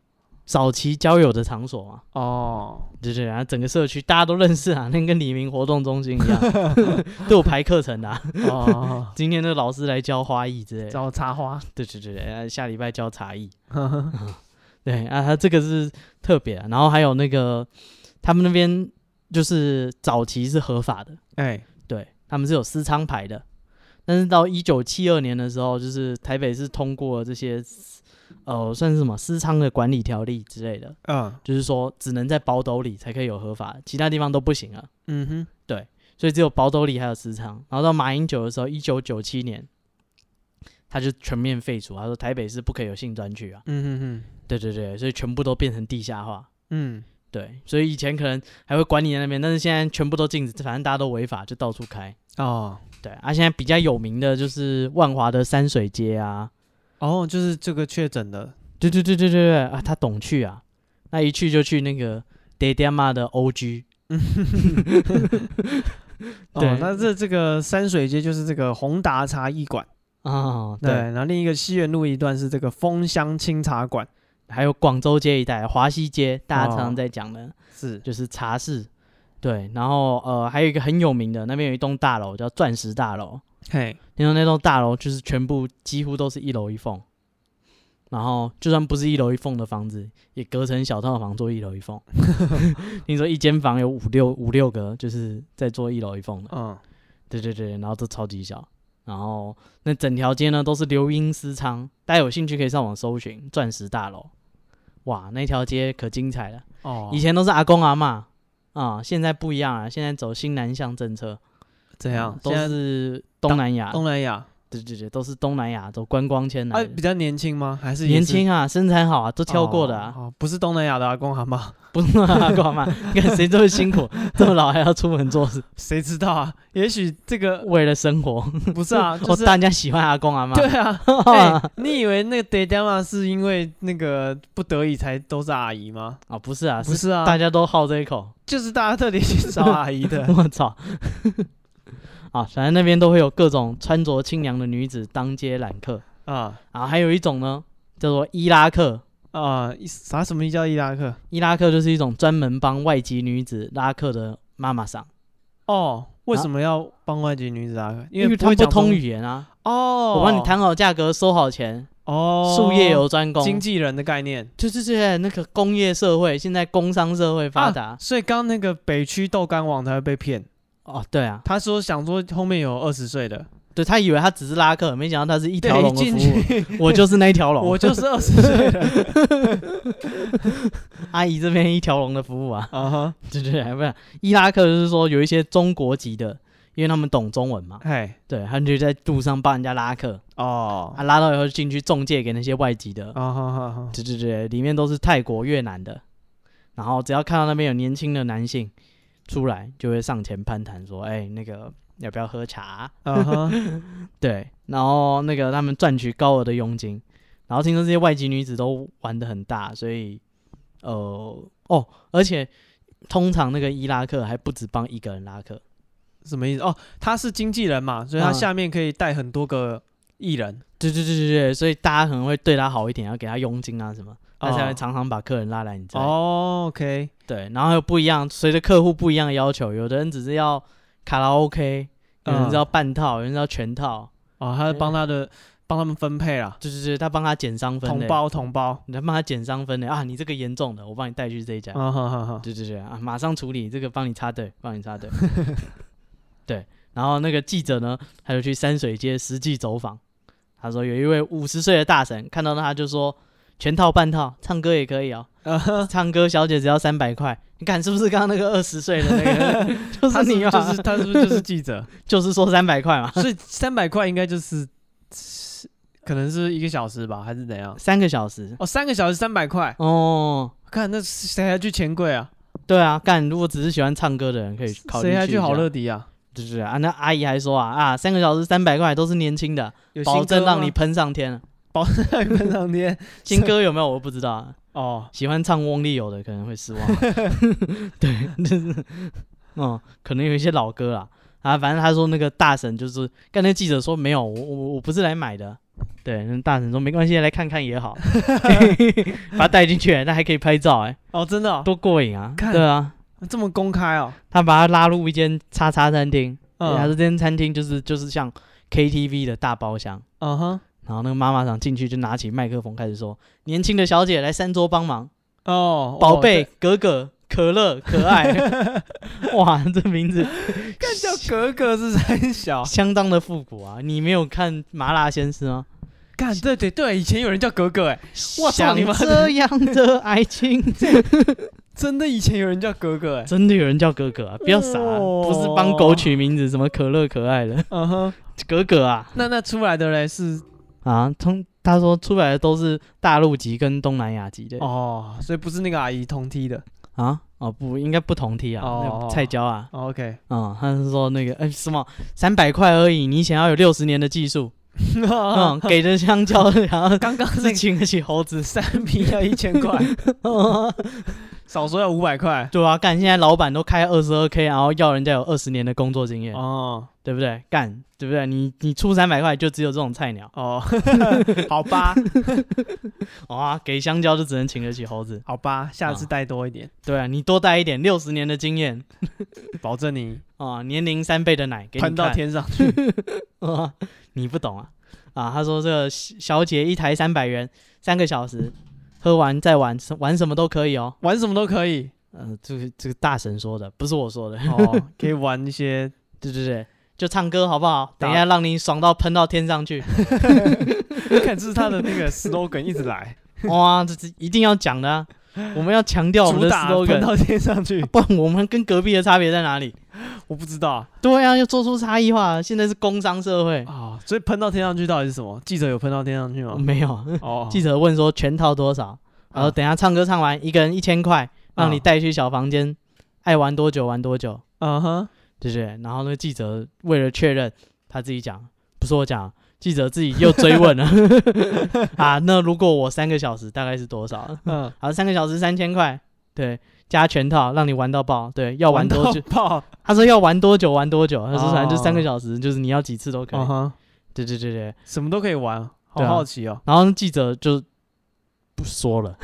[SPEAKER 2] 早期交友的场所嘛，
[SPEAKER 1] 哦，
[SPEAKER 2] 对对，然后整个社区大家都认识啊，那跟黎明活动中心一样， 都有排课程的、啊，
[SPEAKER 1] 哦，
[SPEAKER 2] 今天的老师来教花艺之类的，
[SPEAKER 1] 找插花，
[SPEAKER 2] 对对对对，啊下礼拜教茶艺，对啊，他这个是特别、啊，然后还有那个他们那边就是早期是合法的，
[SPEAKER 1] 哎，
[SPEAKER 2] 对，他们是有私娼牌的。但是到一九七二年的时候，就是台北是通过这些，呃，算是什么私娼的管理条例之类的，
[SPEAKER 1] 嗯
[SPEAKER 2] 就是说只能在宝斗里才可以有合法，其他地方都不行了。
[SPEAKER 1] 嗯哼，
[SPEAKER 2] 所以只有宝斗里还有私娼。然后到马英九的时候，一九九七年，他就全面废除，他说台北是不可以有性专区啊。
[SPEAKER 1] 嗯哼哼，
[SPEAKER 2] 对对对，所以全部都变成地下化。
[SPEAKER 1] 嗯，
[SPEAKER 2] 对，所以以前可能还会管理在那边，但是现在全部都禁止，反正大家都违法，就到处开。
[SPEAKER 1] 哦
[SPEAKER 2] 对啊，现在比较有名的就是万华的山水街啊，
[SPEAKER 1] 哦，就是这个确诊的
[SPEAKER 2] 对对对对对对啊，他懂去啊，那一去就去那个 d a d a m a 的 OG，
[SPEAKER 1] 哦
[SPEAKER 2] 对，
[SPEAKER 1] 那这这个山水街就是这个宏达茶艺馆，
[SPEAKER 2] 哦，
[SPEAKER 1] 对，
[SPEAKER 2] 对，
[SPEAKER 1] 然后另一个西园路一段是这个枫香清茶馆，
[SPEAKER 2] 还有广州街一带、华西街，大家常常
[SPEAKER 1] 哦
[SPEAKER 2] 在讲的，
[SPEAKER 1] 是
[SPEAKER 2] 就是茶室。对，然后呃，还有一个很有名的，那边有一栋大楼叫钻石大楼，
[SPEAKER 1] 嘿，
[SPEAKER 2] 听说那栋大楼就是全部几乎都是一楼一缝，然后就算不是一楼一缝的房子，也隔成小套房做一楼一 缝。听说一间房有五六五六个，就是在做一楼一缝的。
[SPEAKER 1] 嗯，
[SPEAKER 2] 对对对，然后都超级小。然后那整条街呢都是流莺私娼，大家有兴趣可以上网搜寻“钻石大楼”。哇，那条街可精彩了，
[SPEAKER 1] 哦
[SPEAKER 2] 以，前都是阿公阿嬷啊、现在不一样了，现在走新南向政策，嗯
[SPEAKER 1] 怎样？
[SPEAKER 2] 都
[SPEAKER 1] 啊现在
[SPEAKER 2] 是东南亚
[SPEAKER 1] 东南亚，
[SPEAKER 2] 对对对对，都是东南亚，都观光签来
[SPEAKER 1] 啊，
[SPEAKER 2] 的
[SPEAKER 1] 比较年轻吗？还是也
[SPEAKER 2] 年
[SPEAKER 1] 是
[SPEAKER 2] 轻啊，身材好啊，都挑过的啊，
[SPEAKER 1] 哦，哦不是东南亚的阿公阿妈，
[SPEAKER 2] 不是 阿公阿妈，你看谁这么辛苦，这么老还要出门做事，
[SPEAKER 1] 谁知道啊？也许这个
[SPEAKER 2] 为了生活，
[SPEAKER 1] 不是 啊，就
[SPEAKER 2] 哦，
[SPEAKER 1] 是
[SPEAKER 2] 大家喜欢阿公阿妈，
[SPEAKER 1] 对啊， 哎你以为那个 d a d a m a 是因为那个不得已才都是阿姨吗？
[SPEAKER 2] 啊，不是啊，
[SPEAKER 1] 不
[SPEAKER 2] 是
[SPEAKER 1] 是啊，
[SPEAKER 2] 大家都好这一口，
[SPEAKER 1] 就是大家特地去找阿姨 的。
[SPEAKER 2] 我操！啊，反正那边都会有各种穿着清凉的女子当街揽客
[SPEAKER 1] 啊
[SPEAKER 2] 啊，还有一种呢，叫做伊拉克。
[SPEAKER 1] 啊，伊啥什么叫伊拉克？
[SPEAKER 2] 伊拉克就是一种专门帮外籍女子拉客的妈妈桑，
[SPEAKER 1] 哦，为什么要帮外籍女子拉客？
[SPEAKER 2] 啊因
[SPEAKER 1] 为
[SPEAKER 2] 他们
[SPEAKER 1] 会
[SPEAKER 2] 不
[SPEAKER 1] 讲
[SPEAKER 2] 通
[SPEAKER 1] 中
[SPEAKER 2] 语言啊。
[SPEAKER 1] 哦。
[SPEAKER 2] 我帮你谈好价格，收好钱，
[SPEAKER 1] 哦，
[SPEAKER 2] 术业有专攻。
[SPEAKER 1] 经纪人的概念。
[SPEAKER 2] 就是现在那个工业社会，现在工商社会发达、
[SPEAKER 1] 啊所以刚刚那个北区豆干网才会被骗。
[SPEAKER 2] 哦，对啊，
[SPEAKER 1] 他说想说后面有二十岁的，
[SPEAKER 2] 对他以为他只是拉客，没想到他是一条
[SPEAKER 1] 对，一
[SPEAKER 2] 龙的
[SPEAKER 1] 进
[SPEAKER 2] 服务，
[SPEAKER 1] 去
[SPEAKER 2] 我就是那一条龙，
[SPEAKER 1] 哎 我就是二十岁 的。
[SPEAKER 2] 阿姨这边一条龙的服务啊。
[SPEAKER 1] 啊哈，
[SPEAKER 2] 对对对，不是伊拉克就是说有一些中国籍的，因为他们懂中文嘛，
[SPEAKER 1] 嘿，
[SPEAKER 2] 对，他们就在路上帮人家拉客，
[SPEAKER 1] 哦
[SPEAKER 2] 啊，，拉到以后进去中介给那些外籍的，
[SPEAKER 1] 啊哈哈哈，
[SPEAKER 2] 对对对，里面都是泰国、越南的，然后只要看到那边有年轻的男性出来，就会上前攀谈说，哎，那个要不要喝茶啊、
[SPEAKER 1] 啊哈，
[SPEAKER 2] 对，然后那个他们赚取高额的佣金，然后听说这些外籍女子都玩的很大，所以呃哦，而且通常那个伊拉克还不止帮一个人拉客，
[SPEAKER 1] 什么意思？哦，他是经纪人嘛，
[SPEAKER 2] 嗯
[SPEAKER 1] 所以他下面可以带很多个艺人，
[SPEAKER 2] 对对对对对，所以大家可能会对他好一点，要给他佣金啊什么，他才
[SPEAKER 1] 哦
[SPEAKER 2] 会常常把客人拉来你这里。
[SPEAKER 1] 哦，OK，
[SPEAKER 2] 对，然后又不一样，随着客户不一样的要求，有的人只是要卡拉 OK，有人
[SPEAKER 1] 嗯
[SPEAKER 2] 是要半套，有人是要全套，
[SPEAKER 1] 哦，他帮他的帮他们分配啦，
[SPEAKER 2] 对对对，他帮他减伤嗯分
[SPEAKER 1] 同
[SPEAKER 2] 类，
[SPEAKER 1] 胞同胞，
[SPEAKER 2] 你他帮他减伤分类啊，你这个严重的，我帮你带去这一家。
[SPEAKER 1] 啊哈哈哈，
[SPEAKER 2] 对对对啊，马上处理这个，帮你插队，帮你 插队。对，然后那个记者呢，他就去山水街实际走访。他说有一位五十岁的大神看到他就说，全套半套，唱歌也可以哦，
[SPEAKER 1] 啊哈
[SPEAKER 2] 唱歌小姐只要三百块。你看是不是刚刚那个二十岁的那个 就
[SPEAKER 1] 他
[SPEAKER 2] 是你啊
[SPEAKER 1] 是
[SPEAKER 2] 嘛？
[SPEAKER 1] 就是他是不是就是记者？
[SPEAKER 2] 就是说三百块嘛，
[SPEAKER 1] 所以三百块应该就是可能是一个小时吧，还是怎样？
[SPEAKER 2] 三个小时
[SPEAKER 1] 哦，三个小时三百块，
[SPEAKER 2] 哦。
[SPEAKER 1] 看那谁还去钱柜啊？
[SPEAKER 2] 对啊，干！如果只是喜欢唱歌的人，可以考虑
[SPEAKER 1] 谁还
[SPEAKER 2] 一
[SPEAKER 1] 去
[SPEAKER 2] 下
[SPEAKER 1] 好乐？迪啊？
[SPEAKER 2] 对对对啊，那阿姨还说啊啊，三个小时三百块都是年轻的，
[SPEAKER 1] 有新
[SPEAKER 2] 保证
[SPEAKER 1] 歌吗
[SPEAKER 2] 让你喷上天了。
[SPEAKER 1] 奔上天
[SPEAKER 2] 新歌有没有我不知道啊，
[SPEAKER 1] 哦。
[SPEAKER 2] 喜欢唱翁立友的可能会失望。啊 对，就是，嗯，可能有一些老歌啦。啊，反正他说那个大神就是，刚才记者说没有，我我我不是来买的。对，那大神说没关系，来看看 也好， 把他带进去，那还可以拍照哎、
[SPEAKER 1] 哦，真的、哦，
[SPEAKER 2] 多过瘾啊！
[SPEAKER 1] 看
[SPEAKER 2] 对啊，
[SPEAKER 1] 这么公开哦。
[SPEAKER 2] 他把他拉入一间叉叉餐厅，对他说
[SPEAKER 1] 嗯
[SPEAKER 2] 这间餐厅就是就是像 KTV 的大包厢，
[SPEAKER 1] 嗯哼，
[SPEAKER 2] 然后那个妈妈长进去就拿起麦克风开始说：“年轻的小姐来三桌帮忙，
[SPEAKER 1] 哦，
[SPEAKER 2] 宝
[SPEAKER 1] 哦
[SPEAKER 2] 贝、，格格、可乐、可 爱。”哇，这名字
[SPEAKER 1] 对干叫格格是三小，
[SPEAKER 2] 相当的复古啊！你没有看《麻辣鲜师》吗？
[SPEAKER 1] 干对对对，以前有人叫格格哎，我操
[SPEAKER 2] 想
[SPEAKER 1] 你妈的
[SPEAKER 2] 这样的爱情，
[SPEAKER 1] 真的以前有人叫格格哎，
[SPEAKER 2] 真的有人叫格格啊！不要傻啊、
[SPEAKER 1] 哦
[SPEAKER 2] 不是帮狗取名字，什么可乐、可爱的
[SPEAKER 1] 嗯哼，
[SPEAKER 2] 格格啊
[SPEAKER 1] 那那出来的嘞是
[SPEAKER 2] 啊！通他说出来的都是大陆籍跟东南亚籍的。
[SPEAKER 1] 哦，所以不是那个阿姨同梯的
[SPEAKER 2] 啊哦不应该不同梯啊，那
[SPEAKER 1] 哦
[SPEAKER 2] 个菜椒啊，
[SPEAKER 1] 哦，OK，
[SPEAKER 2] 嗯，他是说那个哎、什么三百块而已，你想要有六十年的技术，
[SPEAKER 1] 哦
[SPEAKER 2] 嗯，给的香蕉，然后
[SPEAKER 1] 刚刚那
[SPEAKER 2] 是
[SPEAKER 1] 个
[SPEAKER 2] 请得起 猴子，
[SPEAKER 1] 三瓶要一千块，少说要五百块
[SPEAKER 2] 对啊，干现在老板都开二十二 k，然后要人家有二十年的工作经验，
[SPEAKER 1] 哦
[SPEAKER 2] 对不对？干对不对？你你出三百块就只有这种菜鸟，
[SPEAKER 1] 哦， 好吧
[SPEAKER 2] 哦啊，给香蕉就只能请得起猴子，
[SPEAKER 1] 好吧，下次带多一点，
[SPEAKER 2] 对啊，你多带一点六十年的经验
[SPEAKER 1] 保证你
[SPEAKER 2] 啊、年龄三倍的奶给你
[SPEAKER 1] 喷到
[SPEAKER 2] 看
[SPEAKER 1] 天上去，
[SPEAKER 2] 啊， 你不懂啊啊！他说这个小小姐一台三百元，三个小时，喝完再玩，玩什么都可以哦。
[SPEAKER 1] 玩什么都可以
[SPEAKER 2] 呃，这个这个大神说的，不是我说的。
[SPEAKER 1] 哦，可以玩一些
[SPEAKER 2] 对对对，就唱歌好不好？
[SPEAKER 1] 打
[SPEAKER 2] 等一下让你爽到喷到天上去。
[SPEAKER 1] 看，这是他的那个 slogan 一直来。
[SPEAKER 2] 哇、这是一定要讲的、啊。我们要强调我们
[SPEAKER 1] 主
[SPEAKER 2] 的
[SPEAKER 1] 打喷
[SPEAKER 2] slogan，
[SPEAKER 1] 到天上去，
[SPEAKER 2] 不然我们跟隔壁的差别在哪里？
[SPEAKER 1] 我不知道啊、
[SPEAKER 2] 对啊，要做出差异化。现在是工商社会，
[SPEAKER 1] 哦所以喷到天上去到底是什么？记者有喷到天上去吗？
[SPEAKER 2] 没有。
[SPEAKER 1] 哦，
[SPEAKER 2] 记者问说全套多少，然后
[SPEAKER 1] 啊
[SPEAKER 2] 等一下唱歌唱完，一个人一千块，让你
[SPEAKER 1] 啊
[SPEAKER 2] 带去小房间，爱玩多久玩多久，
[SPEAKER 1] 嗯哼，
[SPEAKER 2] 对不对？然后那个记者为了确认，他自己讲，不是我讲，记者自己又追 问了啊。那如果我三个小时大概是多少？
[SPEAKER 1] 嗯，
[SPEAKER 2] 好，三个小时三千块，对，加全套，让你玩到爆，对，要玩多
[SPEAKER 1] 到
[SPEAKER 2] 久？
[SPEAKER 1] 爆，
[SPEAKER 2] 他说要玩多久玩多久，他说反正就
[SPEAKER 1] 哦
[SPEAKER 2] 三个小时，就是你要几次都可以。
[SPEAKER 1] 嗯哼，
[SPEAKER 2] 对对对对，
[SPEAKER 1] 什么都可以玩，
[SPEAKER 2] 对
[SPEAKER 1] 好
[SPEAKER 2] 啊
[SPEAKER 1] 好奇哦。
[SPEAKER 2] 然后记者就不说 了，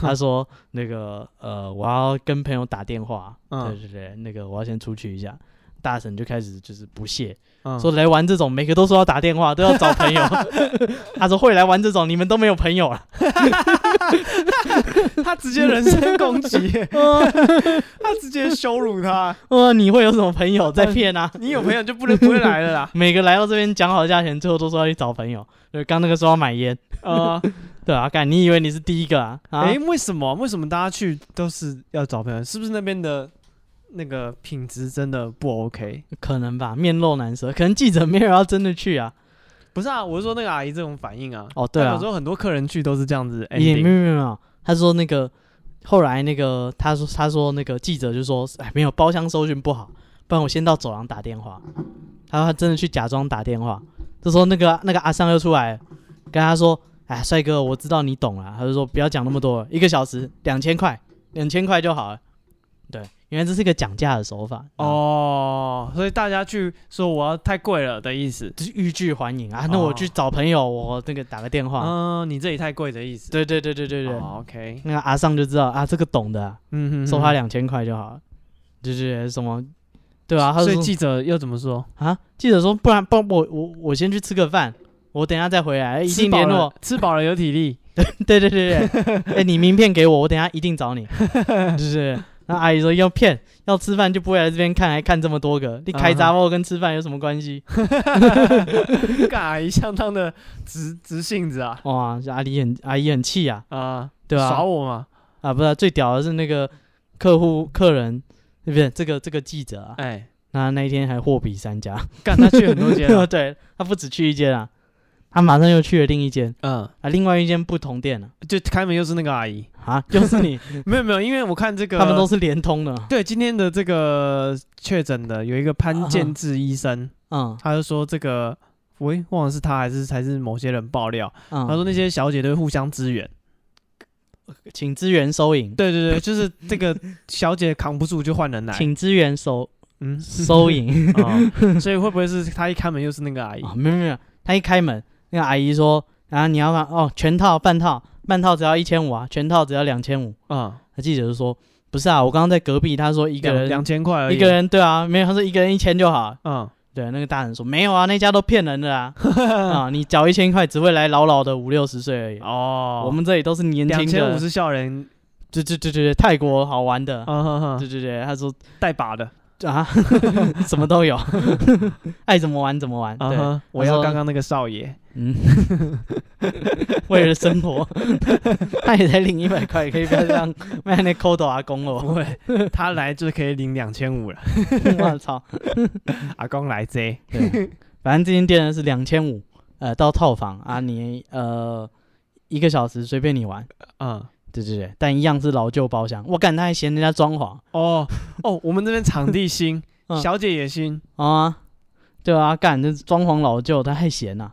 [SPEAKER 2] 他说那个呃，我要跟朋友打电话，
[SPEAKER 1] 嗯
[SPEAKER 2] 对对对，那个我要先出去一下。大神就开始就是不屑，
[SPEAKER 1] 嗯，
[SPEAKER 2] 说来玩这种，每个都说要打电话，都要找 朋友。他说会来玩这种，你们都没有朋友啊了。
[SPEAKER 1] 他直接人身 攻 击，
[SPEAKER 2] 呃
[SPEAKER 1] 他直接羞辱他。
[SPEAKER 2] 呃，你会有什么朋友在骗啊？
[SPEAKER 1] 你有朋友就 不能不会来了啦。
[SPEAKER 2] 每个来到这边讲好价钱，最后都说要去找朋友。对，刚那个说要买烟，
[SPEAKER 1] 啊，
[SPEAKER 2] 对啊，干，你以为你是第一个啊？啊，
[SPEAKER 1] 哎，为什么？为什么大家去都是要找朋友？是不是那边的那个品质真的不 OK？
[SPEAKER 2] 可能吧，面露难色，可能记者没有要真的去啊。
[SPEAKER 1] 不是啊，我是说那个阿姨这种反应啊。
[SPEAKER 2] 哦，对
[SPEAKER 1] 但
[SPEAKER 2] 啊
[SPEAKER 1] 有时，候很多客人去都是这样子
[SPEAKER 2] 也没
[SPEAKER 1] ending。
[SPEAKER 2] 有没有没有，他说那个后来那个他说他说那个记者就说，哎，没有包厢搜寻不好，不然我先到走廊打电话。他说他真的去假装打电话，这时候那个那个阿尚又出来了跟他说，哎，帅哥，我知道你懂啊了。他就说不要讲那么多了，一个小时两千块，两千块就好了。对，原来这是一个讲价的手法哦，
[SPEAKER 1] 哦，所以大家去说我要太贵了的意思。
[SPEAKER 2] 就是欲拒还迎啊。那
[SPEAKER 1] 哦
[SPEAKER 2] 我去找朋友，我那个打个电话。
[SPEAKER 1] 嗯，你这里太贵的意思。
[SPEAKER 2] 对对对对对对，
[SPEAKER 1] 哦，OK。
[SPEAKER 2] 那个阿尚就知道啊，这个懂的啊、
[SPEAKER 1] 嗯哼，
[SPEAKER 2] 收他
[SPEAKER 1] 两。
[SPEAKER 2] 两千块就好了，就是什么，对啊，他
[SPEAKER 1] 所
[SPEAKER 2] 就
[SPEAKER 1] 以
[SPEAKER 2] 说
[SPEAKER 1] 记者又怎么说？
[SPEAKER 2] 啊，记者说不然，不然我我我先去吃个饭，我等一下再回哎来，一
[SPEAKER 1] 吃
[SPEAKER 2] 定
[SPEAKER 1] 饱
[SPEAKER 2] 联
[SPEAKER 1] 了
[SPEAKER 2] 络，，
[SPEAKER 1] 吃饱了有体力。
[SPEAKER 2] 对对对对，哎、你名片给我，我等一下一定找你，就是。那阿姨说要骗，要吃饭就不会来这边看，还看这么多个，你
[SPEAKER 1] 嗯
[SPEAKER 2] 开杂货跟吃饭有什么关系？
[SPEAKER 1] 干阿姨相当的直直性子啊
[SPEAKER 2] 哇，阿姨很阿姨很气啊，
[SPEAKER 1] 啊，
[SPEAKER 2] 对吧、
[SPEAKER 1] 耍
[SPEAKER 2] 啊？
[SPEAKER 1] 我嘛？
[SPEAKER 2] 啊，不是啊、最屌的是那个客户客人，对不对？这个这个记者啊，
[SPEAKER 1] 哎，
[SPEAKER 2] 那那一天还货比三家，
[SPEAKER 1] 干他去很多间啊了，
[SPEAKER 2] 对他不止去一间啊，他马上又去了另一间
[SPEAKER 1] 嗯，
[SPEAKER 2] 啊，另外一间不同店了
[SPEAKER 1] 就开门又是那个阿 姨，
[SPEAKER 2] 啊，又是你，
[SPEAKER 1] 没有没有，因为我看这个
[SPEAKER 2] 他们都是联通的，
[SPEAKER 1] 对今天的这个确诊的有一个潘
[SPEAKER 2] 啊
[SPEAKER 1] 建志医生，
[SPEAKER 2] 嗯
[SPEAKER 1] 他就说这个。喂，忘了是他还是还是某些人爆料，
[SPEAKER 2] 嗯，
[SPEAKER 1] 他说那些小姐都会互相支援，
[SPEAKER 2] 请支援收银，
[SPEAKER 1] 对对对，就是这个小姐扛不住就换人来，
[SPEAKER 2] 请支 援收
[SPEAKER 1] 嗯，
[SPEAKER 2] 收银
[SPEAKER 1] 哦所以会不会是他一开门又是那个阿姨？
[SPEAKER 2] 啊，没有没有，他一开门，那个阿姨说啊，你要吗？哦，全套半套，半套只要一千五啊，全套只要两千五，
[SPEAKER 1] 嗯，
[SPEAKER 2] 那记者就说不是啊，我刚刚在隔壁，他啊说一个
[SPEAKER 1] 两两
[SPEAKER 2] 人
[SPEAKER 1] 千块而已，
[SPEAKER 2] 一个人对啊，没有，他说一个人一千就好，
[SPEAKER 1] 嗯，
[SPEAKER 2] 对，那个大人说没有啊，那家都骗人 的啊，啊，你缴一千块只会来老老的五六十岁而已。
[SPEAKER 1] 哦，
[SPEAKER 2] 我们这里都是年
[SPEAKER 1] 两
[SPEAKER 2] 轻
[SPEAKER 1] 千五
[SPEAKER 2] 的，
[SPEAKER 1] 是笑人，
[SPEAKER 2] 对对对对对，泰国好玩的，
[SPEAKER 1] 嗯哼哼，
[SPEAKER 2] 啊对对对，他说
[SPEAKER 1] 带把的，
[SPEAKER 2] 啊， 什么都有，爱怎么玩怎么玩，
[SPEAKER 1] 嗯
[SPEAKER 2] 对，
[SPEAKER 1] 哼，我
[SPEAKER 2] 他
[SPEAKER 1] 要
[SPEAKER 2] 说
[SPEAKER 1] 刚刚那个少 爷，
[SPEAKER 2] 嗯，为了生活， 他也才领一百块，可以不要这 样卖那抠到阿公
[SPEAKER 1] 不
[SPEAKER 2] 了，
[SPEAKER 1] 会，他来就可以领两千五 了，
[SPEAKER 2] 我操，
[SPEAKER 1] 阿公来这，
[SPEAKER 2] 对，反正这间店呢是两千五，呃，到套房啊，你呃一个小时随便你玩，
[SPEAKER 1] 嗯，
[SPEAKER 2] 对对对，但一样是老旧包厢，我感他还嫌人家装潢。
[SPEAKER 1] 哦哦，我们这边场地新
[SPEAKER 2] 嗯，
[SPEAKER 1] 小姐也新，
[SPEAKER 2] 啊，对啊，干这装潢老旧，他还闲呐、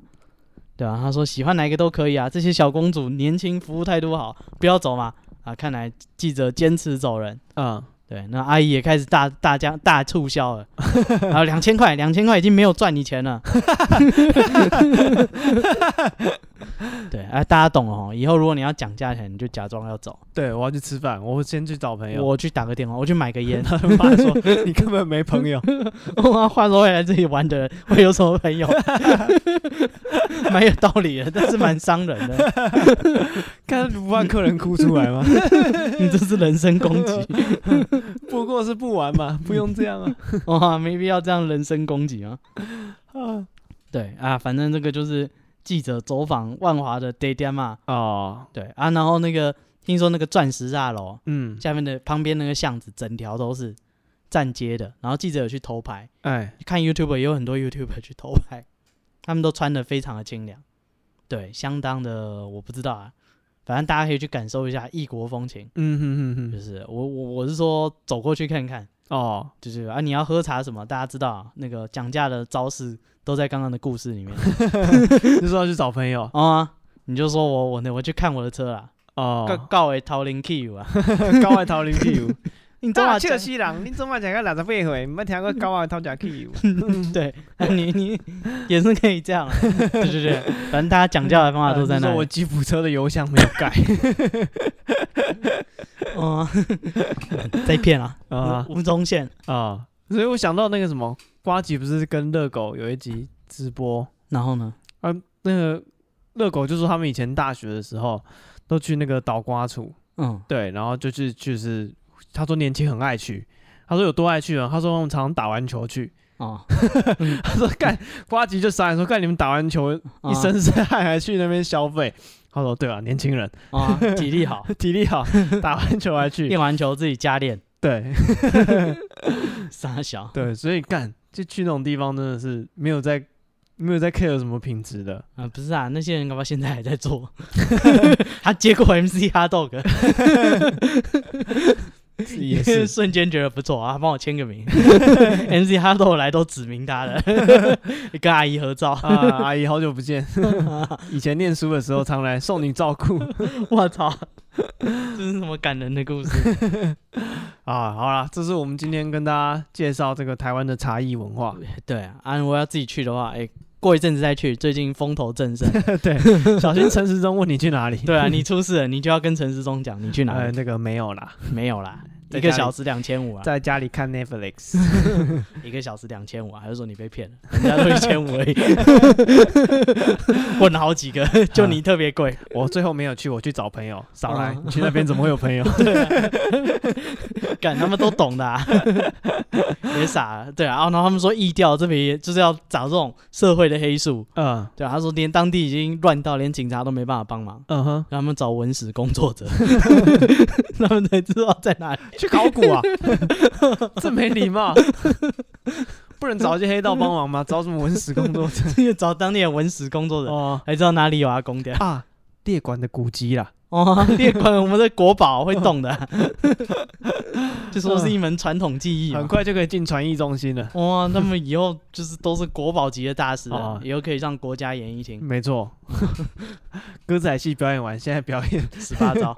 [SPEAKER 2] 对啊，他说喜欢哪一个都可以啊，这些小公主年轻，服务态度好，不要走嘛。啊，看来记者坚持走人。
[SPEAKER 1] 嗯，
[SPEAKER 2] 对，那阿姨也开始大大家大促销了，然后两千块，两千块已经没有赚你钱了。对，啊，大家懂了哦。以后如果你要讲价钱，你就假装要走，
[SPEAKER 1] 对我要去吃饭，我先去找朋友。
[SPEAKER 2] 我去打个电话，我去买个烟。
[SPEAKER 1] 他妈说 你根本没朋友，
[SPEAKER 2] 哇，话说回来，这里玩的人会有什么朋友？ 蛮有道理的，但是蛮伤人的。
[SPEAKER 1] 看不怕客人哭出来吗？
[SPEAKER 2] 你这是人身攻击，
[SPEAKER 1] 不过是不玩 嘛，不用这样啊。
[SPEAKER 2] 哇，没必要这样人身攻击啊。
[SPEAKER 1] 啊
[SPEAKER 2] 对啊，反正这个就是记者走访万华的 Day d a m 嘛。
[SPEAKER 1] 哦，
[SPEAKER 2] 对啊，然后那个听说那个钻石大楼
[SPEAKER 1] 嗯，
[SPEAKER 2] 下面的旁边那个巷子，整条都是站街的，然后记者有去偷拍，
[SPEAKER 1] 哎，
[SPEAKER 2] 看 YouTube 也有很多 YouTube 去偷拍，他们都穿的非常的清凉，对，相当的我不知道啊，反正大家可以去感受一下异国风情。
[SPEAKER 1] 嗯哼哼
[SPEAKER 2] 就
[SPEAKER 1] 哼，
[SPEAKER 2] 是我我我是说走过去看看，
[SPEAKER 1] 哦，
[SPEAKER 2] 就是啊你要喝茶什么，大家知道啊那个讲价的招式都在刚刚的故事里面
[SPEAKER 1] 就说要去找朋友
[SPEAKER 2] 哦啊，你就说我我那我去看我的车啦，告
[SPEAKER 1] 哦，
[SPEAKER 2] 告为桃林 key 啊，
[SPEAKER 1] 高外头零 Q，
[SPEAKER 2] 你啊知道
[SPEAKER 1] 大
[SPEAKER 2] 吗？
[SPEAKER 1] 笑死人，你怎么讲个六十八岁，没听过高外头讲 Q？
[SPEAKER 2] 对，啊你你也是可以这样啊，对对对，反正大家讲价的方法都在
[SPEAKER 1] 你
[SPEAKER 2] 那
[SPEAKER 1] 说我
[SPEAKER 2] 里，
[SPEAKER 1] 吉普车的油箱没有盖
[SPEAKER 2] 哦啊， 在骗啊，
[SPEAKER 1] 啊
[SPEAKER 2] 吴吴宗宪，
[SPEAKER 1] 啊，所以我想到那个什么，瓜吉不是跟热狗有一集直播，
[SPEAKER 2] 然后呢，
[SPEAKER 1] 那个热狗就说他们以前大学的时候都去那个倒瓜处，
[SPEAKER 2] 嗯
[SPEAKER 1] 对，然后就是就是他说年轻很爱去，他说有多爱去啊？他说他们常常打完球去，
[SPEAKER 2] 哦，
[SPEAKER 1] 他说干瓜吉就傻眼说干你们打完球一
[SPEAKER 2] 啊
[SPEAKER 1] 身是汗还去那边消费，他说对啊，年轻人
[SPEAKER 2] 啊，体力 好，
[SPEAKER 1] 体力好，打完球还 去，
[SPEAKER 2] 练完球自己加练，
[SPEAKER 1] 对
[SPEAKER 2] 傻小，
[SPEAKER 1] 对，所以干就去那种地方真的是没有在没有在 care 什么品质的，
[SPEAKER 2] 啊，不是啊，那些人搞不好现在还在做， 他接过 MC 哈 dog，
[SPEAKER 1] 也是
[SPEAKER 2] 瞬间觉得不错啊，帮我签个名 ，MC 哈 dog 来都指名他了， 跟阿姨合照，
[SPEAKER 1] 啊，阿姨好久不见，以前念书的时候常来送你照顾。
[SPEAKER 2] 我操，这是什么感人的故事？
[SPEAKER 1] 啊，好啦，这是我们今天跟大家介绍这个台湾的茶艺文化。
[SPEAKER 2] 对啊，啊，我要自己去的话，哎、过一阵子再去，最近风头正盛，
[SPEAKER 1] 对，小心陈时中问你去哪里？
[SPEAKER 2] 对啊，你出事了，你就要跟陈世忠讲你去哪
[SPEAKER 1] 呃，
[SPEAKER 2] 里，
[SPEAKER 1] 那个没有啦，
[SPEAKER 2] 没有啦。
[SPEAKER 1] 在
[SPEAKER 2] 一
[SPEAKER 1] 家
[SPEAKER 2] 个
[SPEAKER 1] 里
[SPEAKER 2] 小时两千五啊，
[SPEAKER 1] 在家里看 Netflix。
[SPEAKER 2] 一个小时两千五啊，还是说你被骗了？人家都一千五 而已，问了好几个，
[SPEAKER 1] 啊
[SPEAKER 2] 就你特 别贵。
[SPEAKER 1] 我最后没有去，我去找朋友，少来，
[SPEAKER 2] 啊
[SPEAKER 1] 你去那边怎么会有朋友？啊
[SPEAKER 2] 干他们都懂的、啊，也傻了。对啊，然后他们说意调这边也就是要找这种社会的黑数。
[SPEAKER 1] 嗯
[SPEAKER 2] 对啊，他说连当地已经乱到连警察都没办法帮忙，
[SPEAKER 1] 嗯哼，
[SPEAKER 2] 让他们找文史工 作者， 他们才知道在哪里。
[SPEAKER 1] 去考古啊， 这没礼貌。不能找一些黑道帮忙 吗？找什么文史工作者？
[SPEAKER 2] 找当地的文史工作者，
[SPEAKER 1] 哦
[SPEAKER 2] 才知道哪里有阿公的。
[SPEAKER 1] 啊，列管的古迹 啦。
[SPEAKER 2] 哦，列管我们的国宝会动的 啊，就说是一门传统技艺嘛
[SPEAKER 1] 很。快就可以进传艺中心了。
[SPEAKER 2] 哇、他们以后就是都是国宝级的大师了，
[SPEAKER 1] 哦
[SPEAKER 2] 以后可以上国家演艺 厅
[SPEAKER 1] 没错，歌仔戏表演完，现在表演
[SPEAKER 2] 十 八招，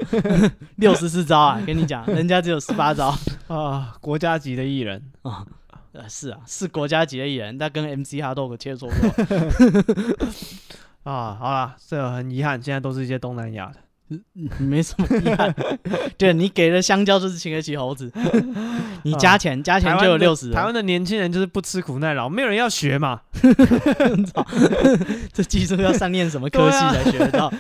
[SPEAKER 2] 六十四招啊！跟你讲，人家只有十八招
[SPEAKER 1] 啊，国家级的艺人。
[SPEAKER 2] 啊。呃，是啊，是国家级的艺人，但跟 MC 哈豆哥切磋 过，
[SPEAKER 1] 啊，好啦，这很遗憾，现在都是一些东南亚的。
[SPEAKER 2] 没什么遗 憾。对你给的香蕉就是请得起猴子，你加钱、加
[SPEAKER 1] 哦台
[SPEAKER 2] 钱
[SPEAKER 1] 湾
[SPEAKER 2] 就有
[SPEAKER 1] 的
[SPEAKER 2] 六十。
[SPEAKER 1] 台湾的年轻人就是不吃苦耐劳，没有人要学嘛。
[SPEAKER 2] 这技术要上念什么科 系
[SPEAKER 1] 对啊
[SPEAKER 2] 才学得到？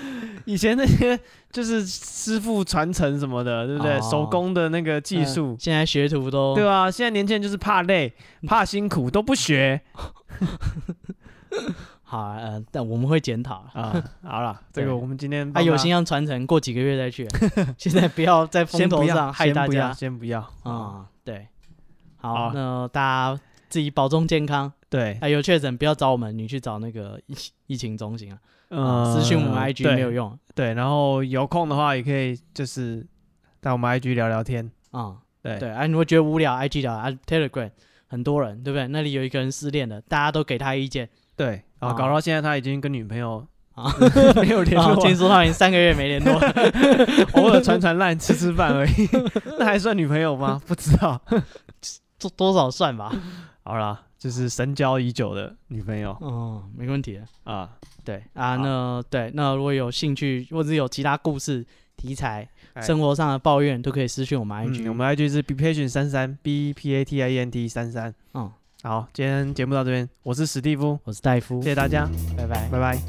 [SPEAKER 1] 以前那些就是师傅传承什么的，对不对？
[SPEAKER 2] 哦
[SPEAKER 1] 手工的那个技术
[SPEAKER 2] 嗯，现在学徒都
[SPEAKER 1] 对啊吧、现在年轻人就是怕累、怕辛苦，都不学
[SPEAKER 2] 好啊，呃，但我们会检讨啊。
[SPEAKER 1] 啊。好啦，这个
[SPEAKER 2] 对
[SPEAKER 1] 我们今天
[SPEAKER 2] 啊，
[SPEAKER 1] 帮大
[SPEAKER 2] 有
[SPEAKER 1] 家
[SPEAKER 2] 心要传承，过几个 月再去。现在不要在风
[SPEAKER 1] 先不
[SPEAKER 2] 头
[SPEAKER 1] 要
[SPEAKER 2] 上害大
[SPEAKER 1] 先不要
[SPEAKER 2] 家
[SPEAKER 1] 先不要
[SPEAKER 2] 啊、。对，
[SPEAKER 1] 好
[SPEAKER 2] 好，那大家自己保重健康。
[SPEAKER 1] 对，
[SPEAKER 2] 啊，有确诊不要找我们，你去找那个疫疫情中心啊，
[SPEAKER 1] 嗯，
[SPEAKER 2] 私讯我们 IG
[SPEAKER 1] 对
[SPEAKER 2] 没有用啊、
[SPEAKER 1] 对，然后有空的话也可以就是在我们 IG 聊聊天。对
[SPEAKER 2] 对啊，你会觉得无聊，IG 聊啊，Telegram 很多人，对不对？那里有一个人失恋了，大家都给他意见
[SPEAKER 1] 对，啊，
[SPEAKER 2] 啊
[SPEAKER 1] 搞到现在他已经跟女朋 友
[SPEAKER 2] 啊。
[SPEAKER 1] 没有联
[SPEAKER 2] 啊
[SPEAKER 1] 络，
[SPEAKER 2] 听说他已经三个月没联 络了，
[SPEAKER 1] 偶尔传传烂、吃吃饭而已， 那还算女朋友吗？不知道。
[SPEAKER 2] 多多少算吧。
[SPEAKER 1] 好啦，就是神交已久的女朋友
[SPEAKER 2] 哦，没问题的。
[SPEAKER 1] 啊，
[SPEAKER 2] 对啊，
[SPEAKER 1] 好
[SPEAKER 2] 那对，那如果有兴趣或者有其他故事题材、
[SPEAKER 1] 哎
[SPEAKER 2] 生活上的抱怨，都可以私讯我们 IG、
[SPEAKER 1] 嗯，我们 IG 是 be patient 三三 b p a t i e n t 三三。
[SPEAKER 2] 嗯，
[SPEAKER 1] 好，今天节目到这边，我是史蒂夫，
[SPEAKER 2] 我是戴夫
[SPEAKER 1] 谢，谢大家，
[SPEAKER 2] 拜拜。
[SPEAKER 1] 拜拜。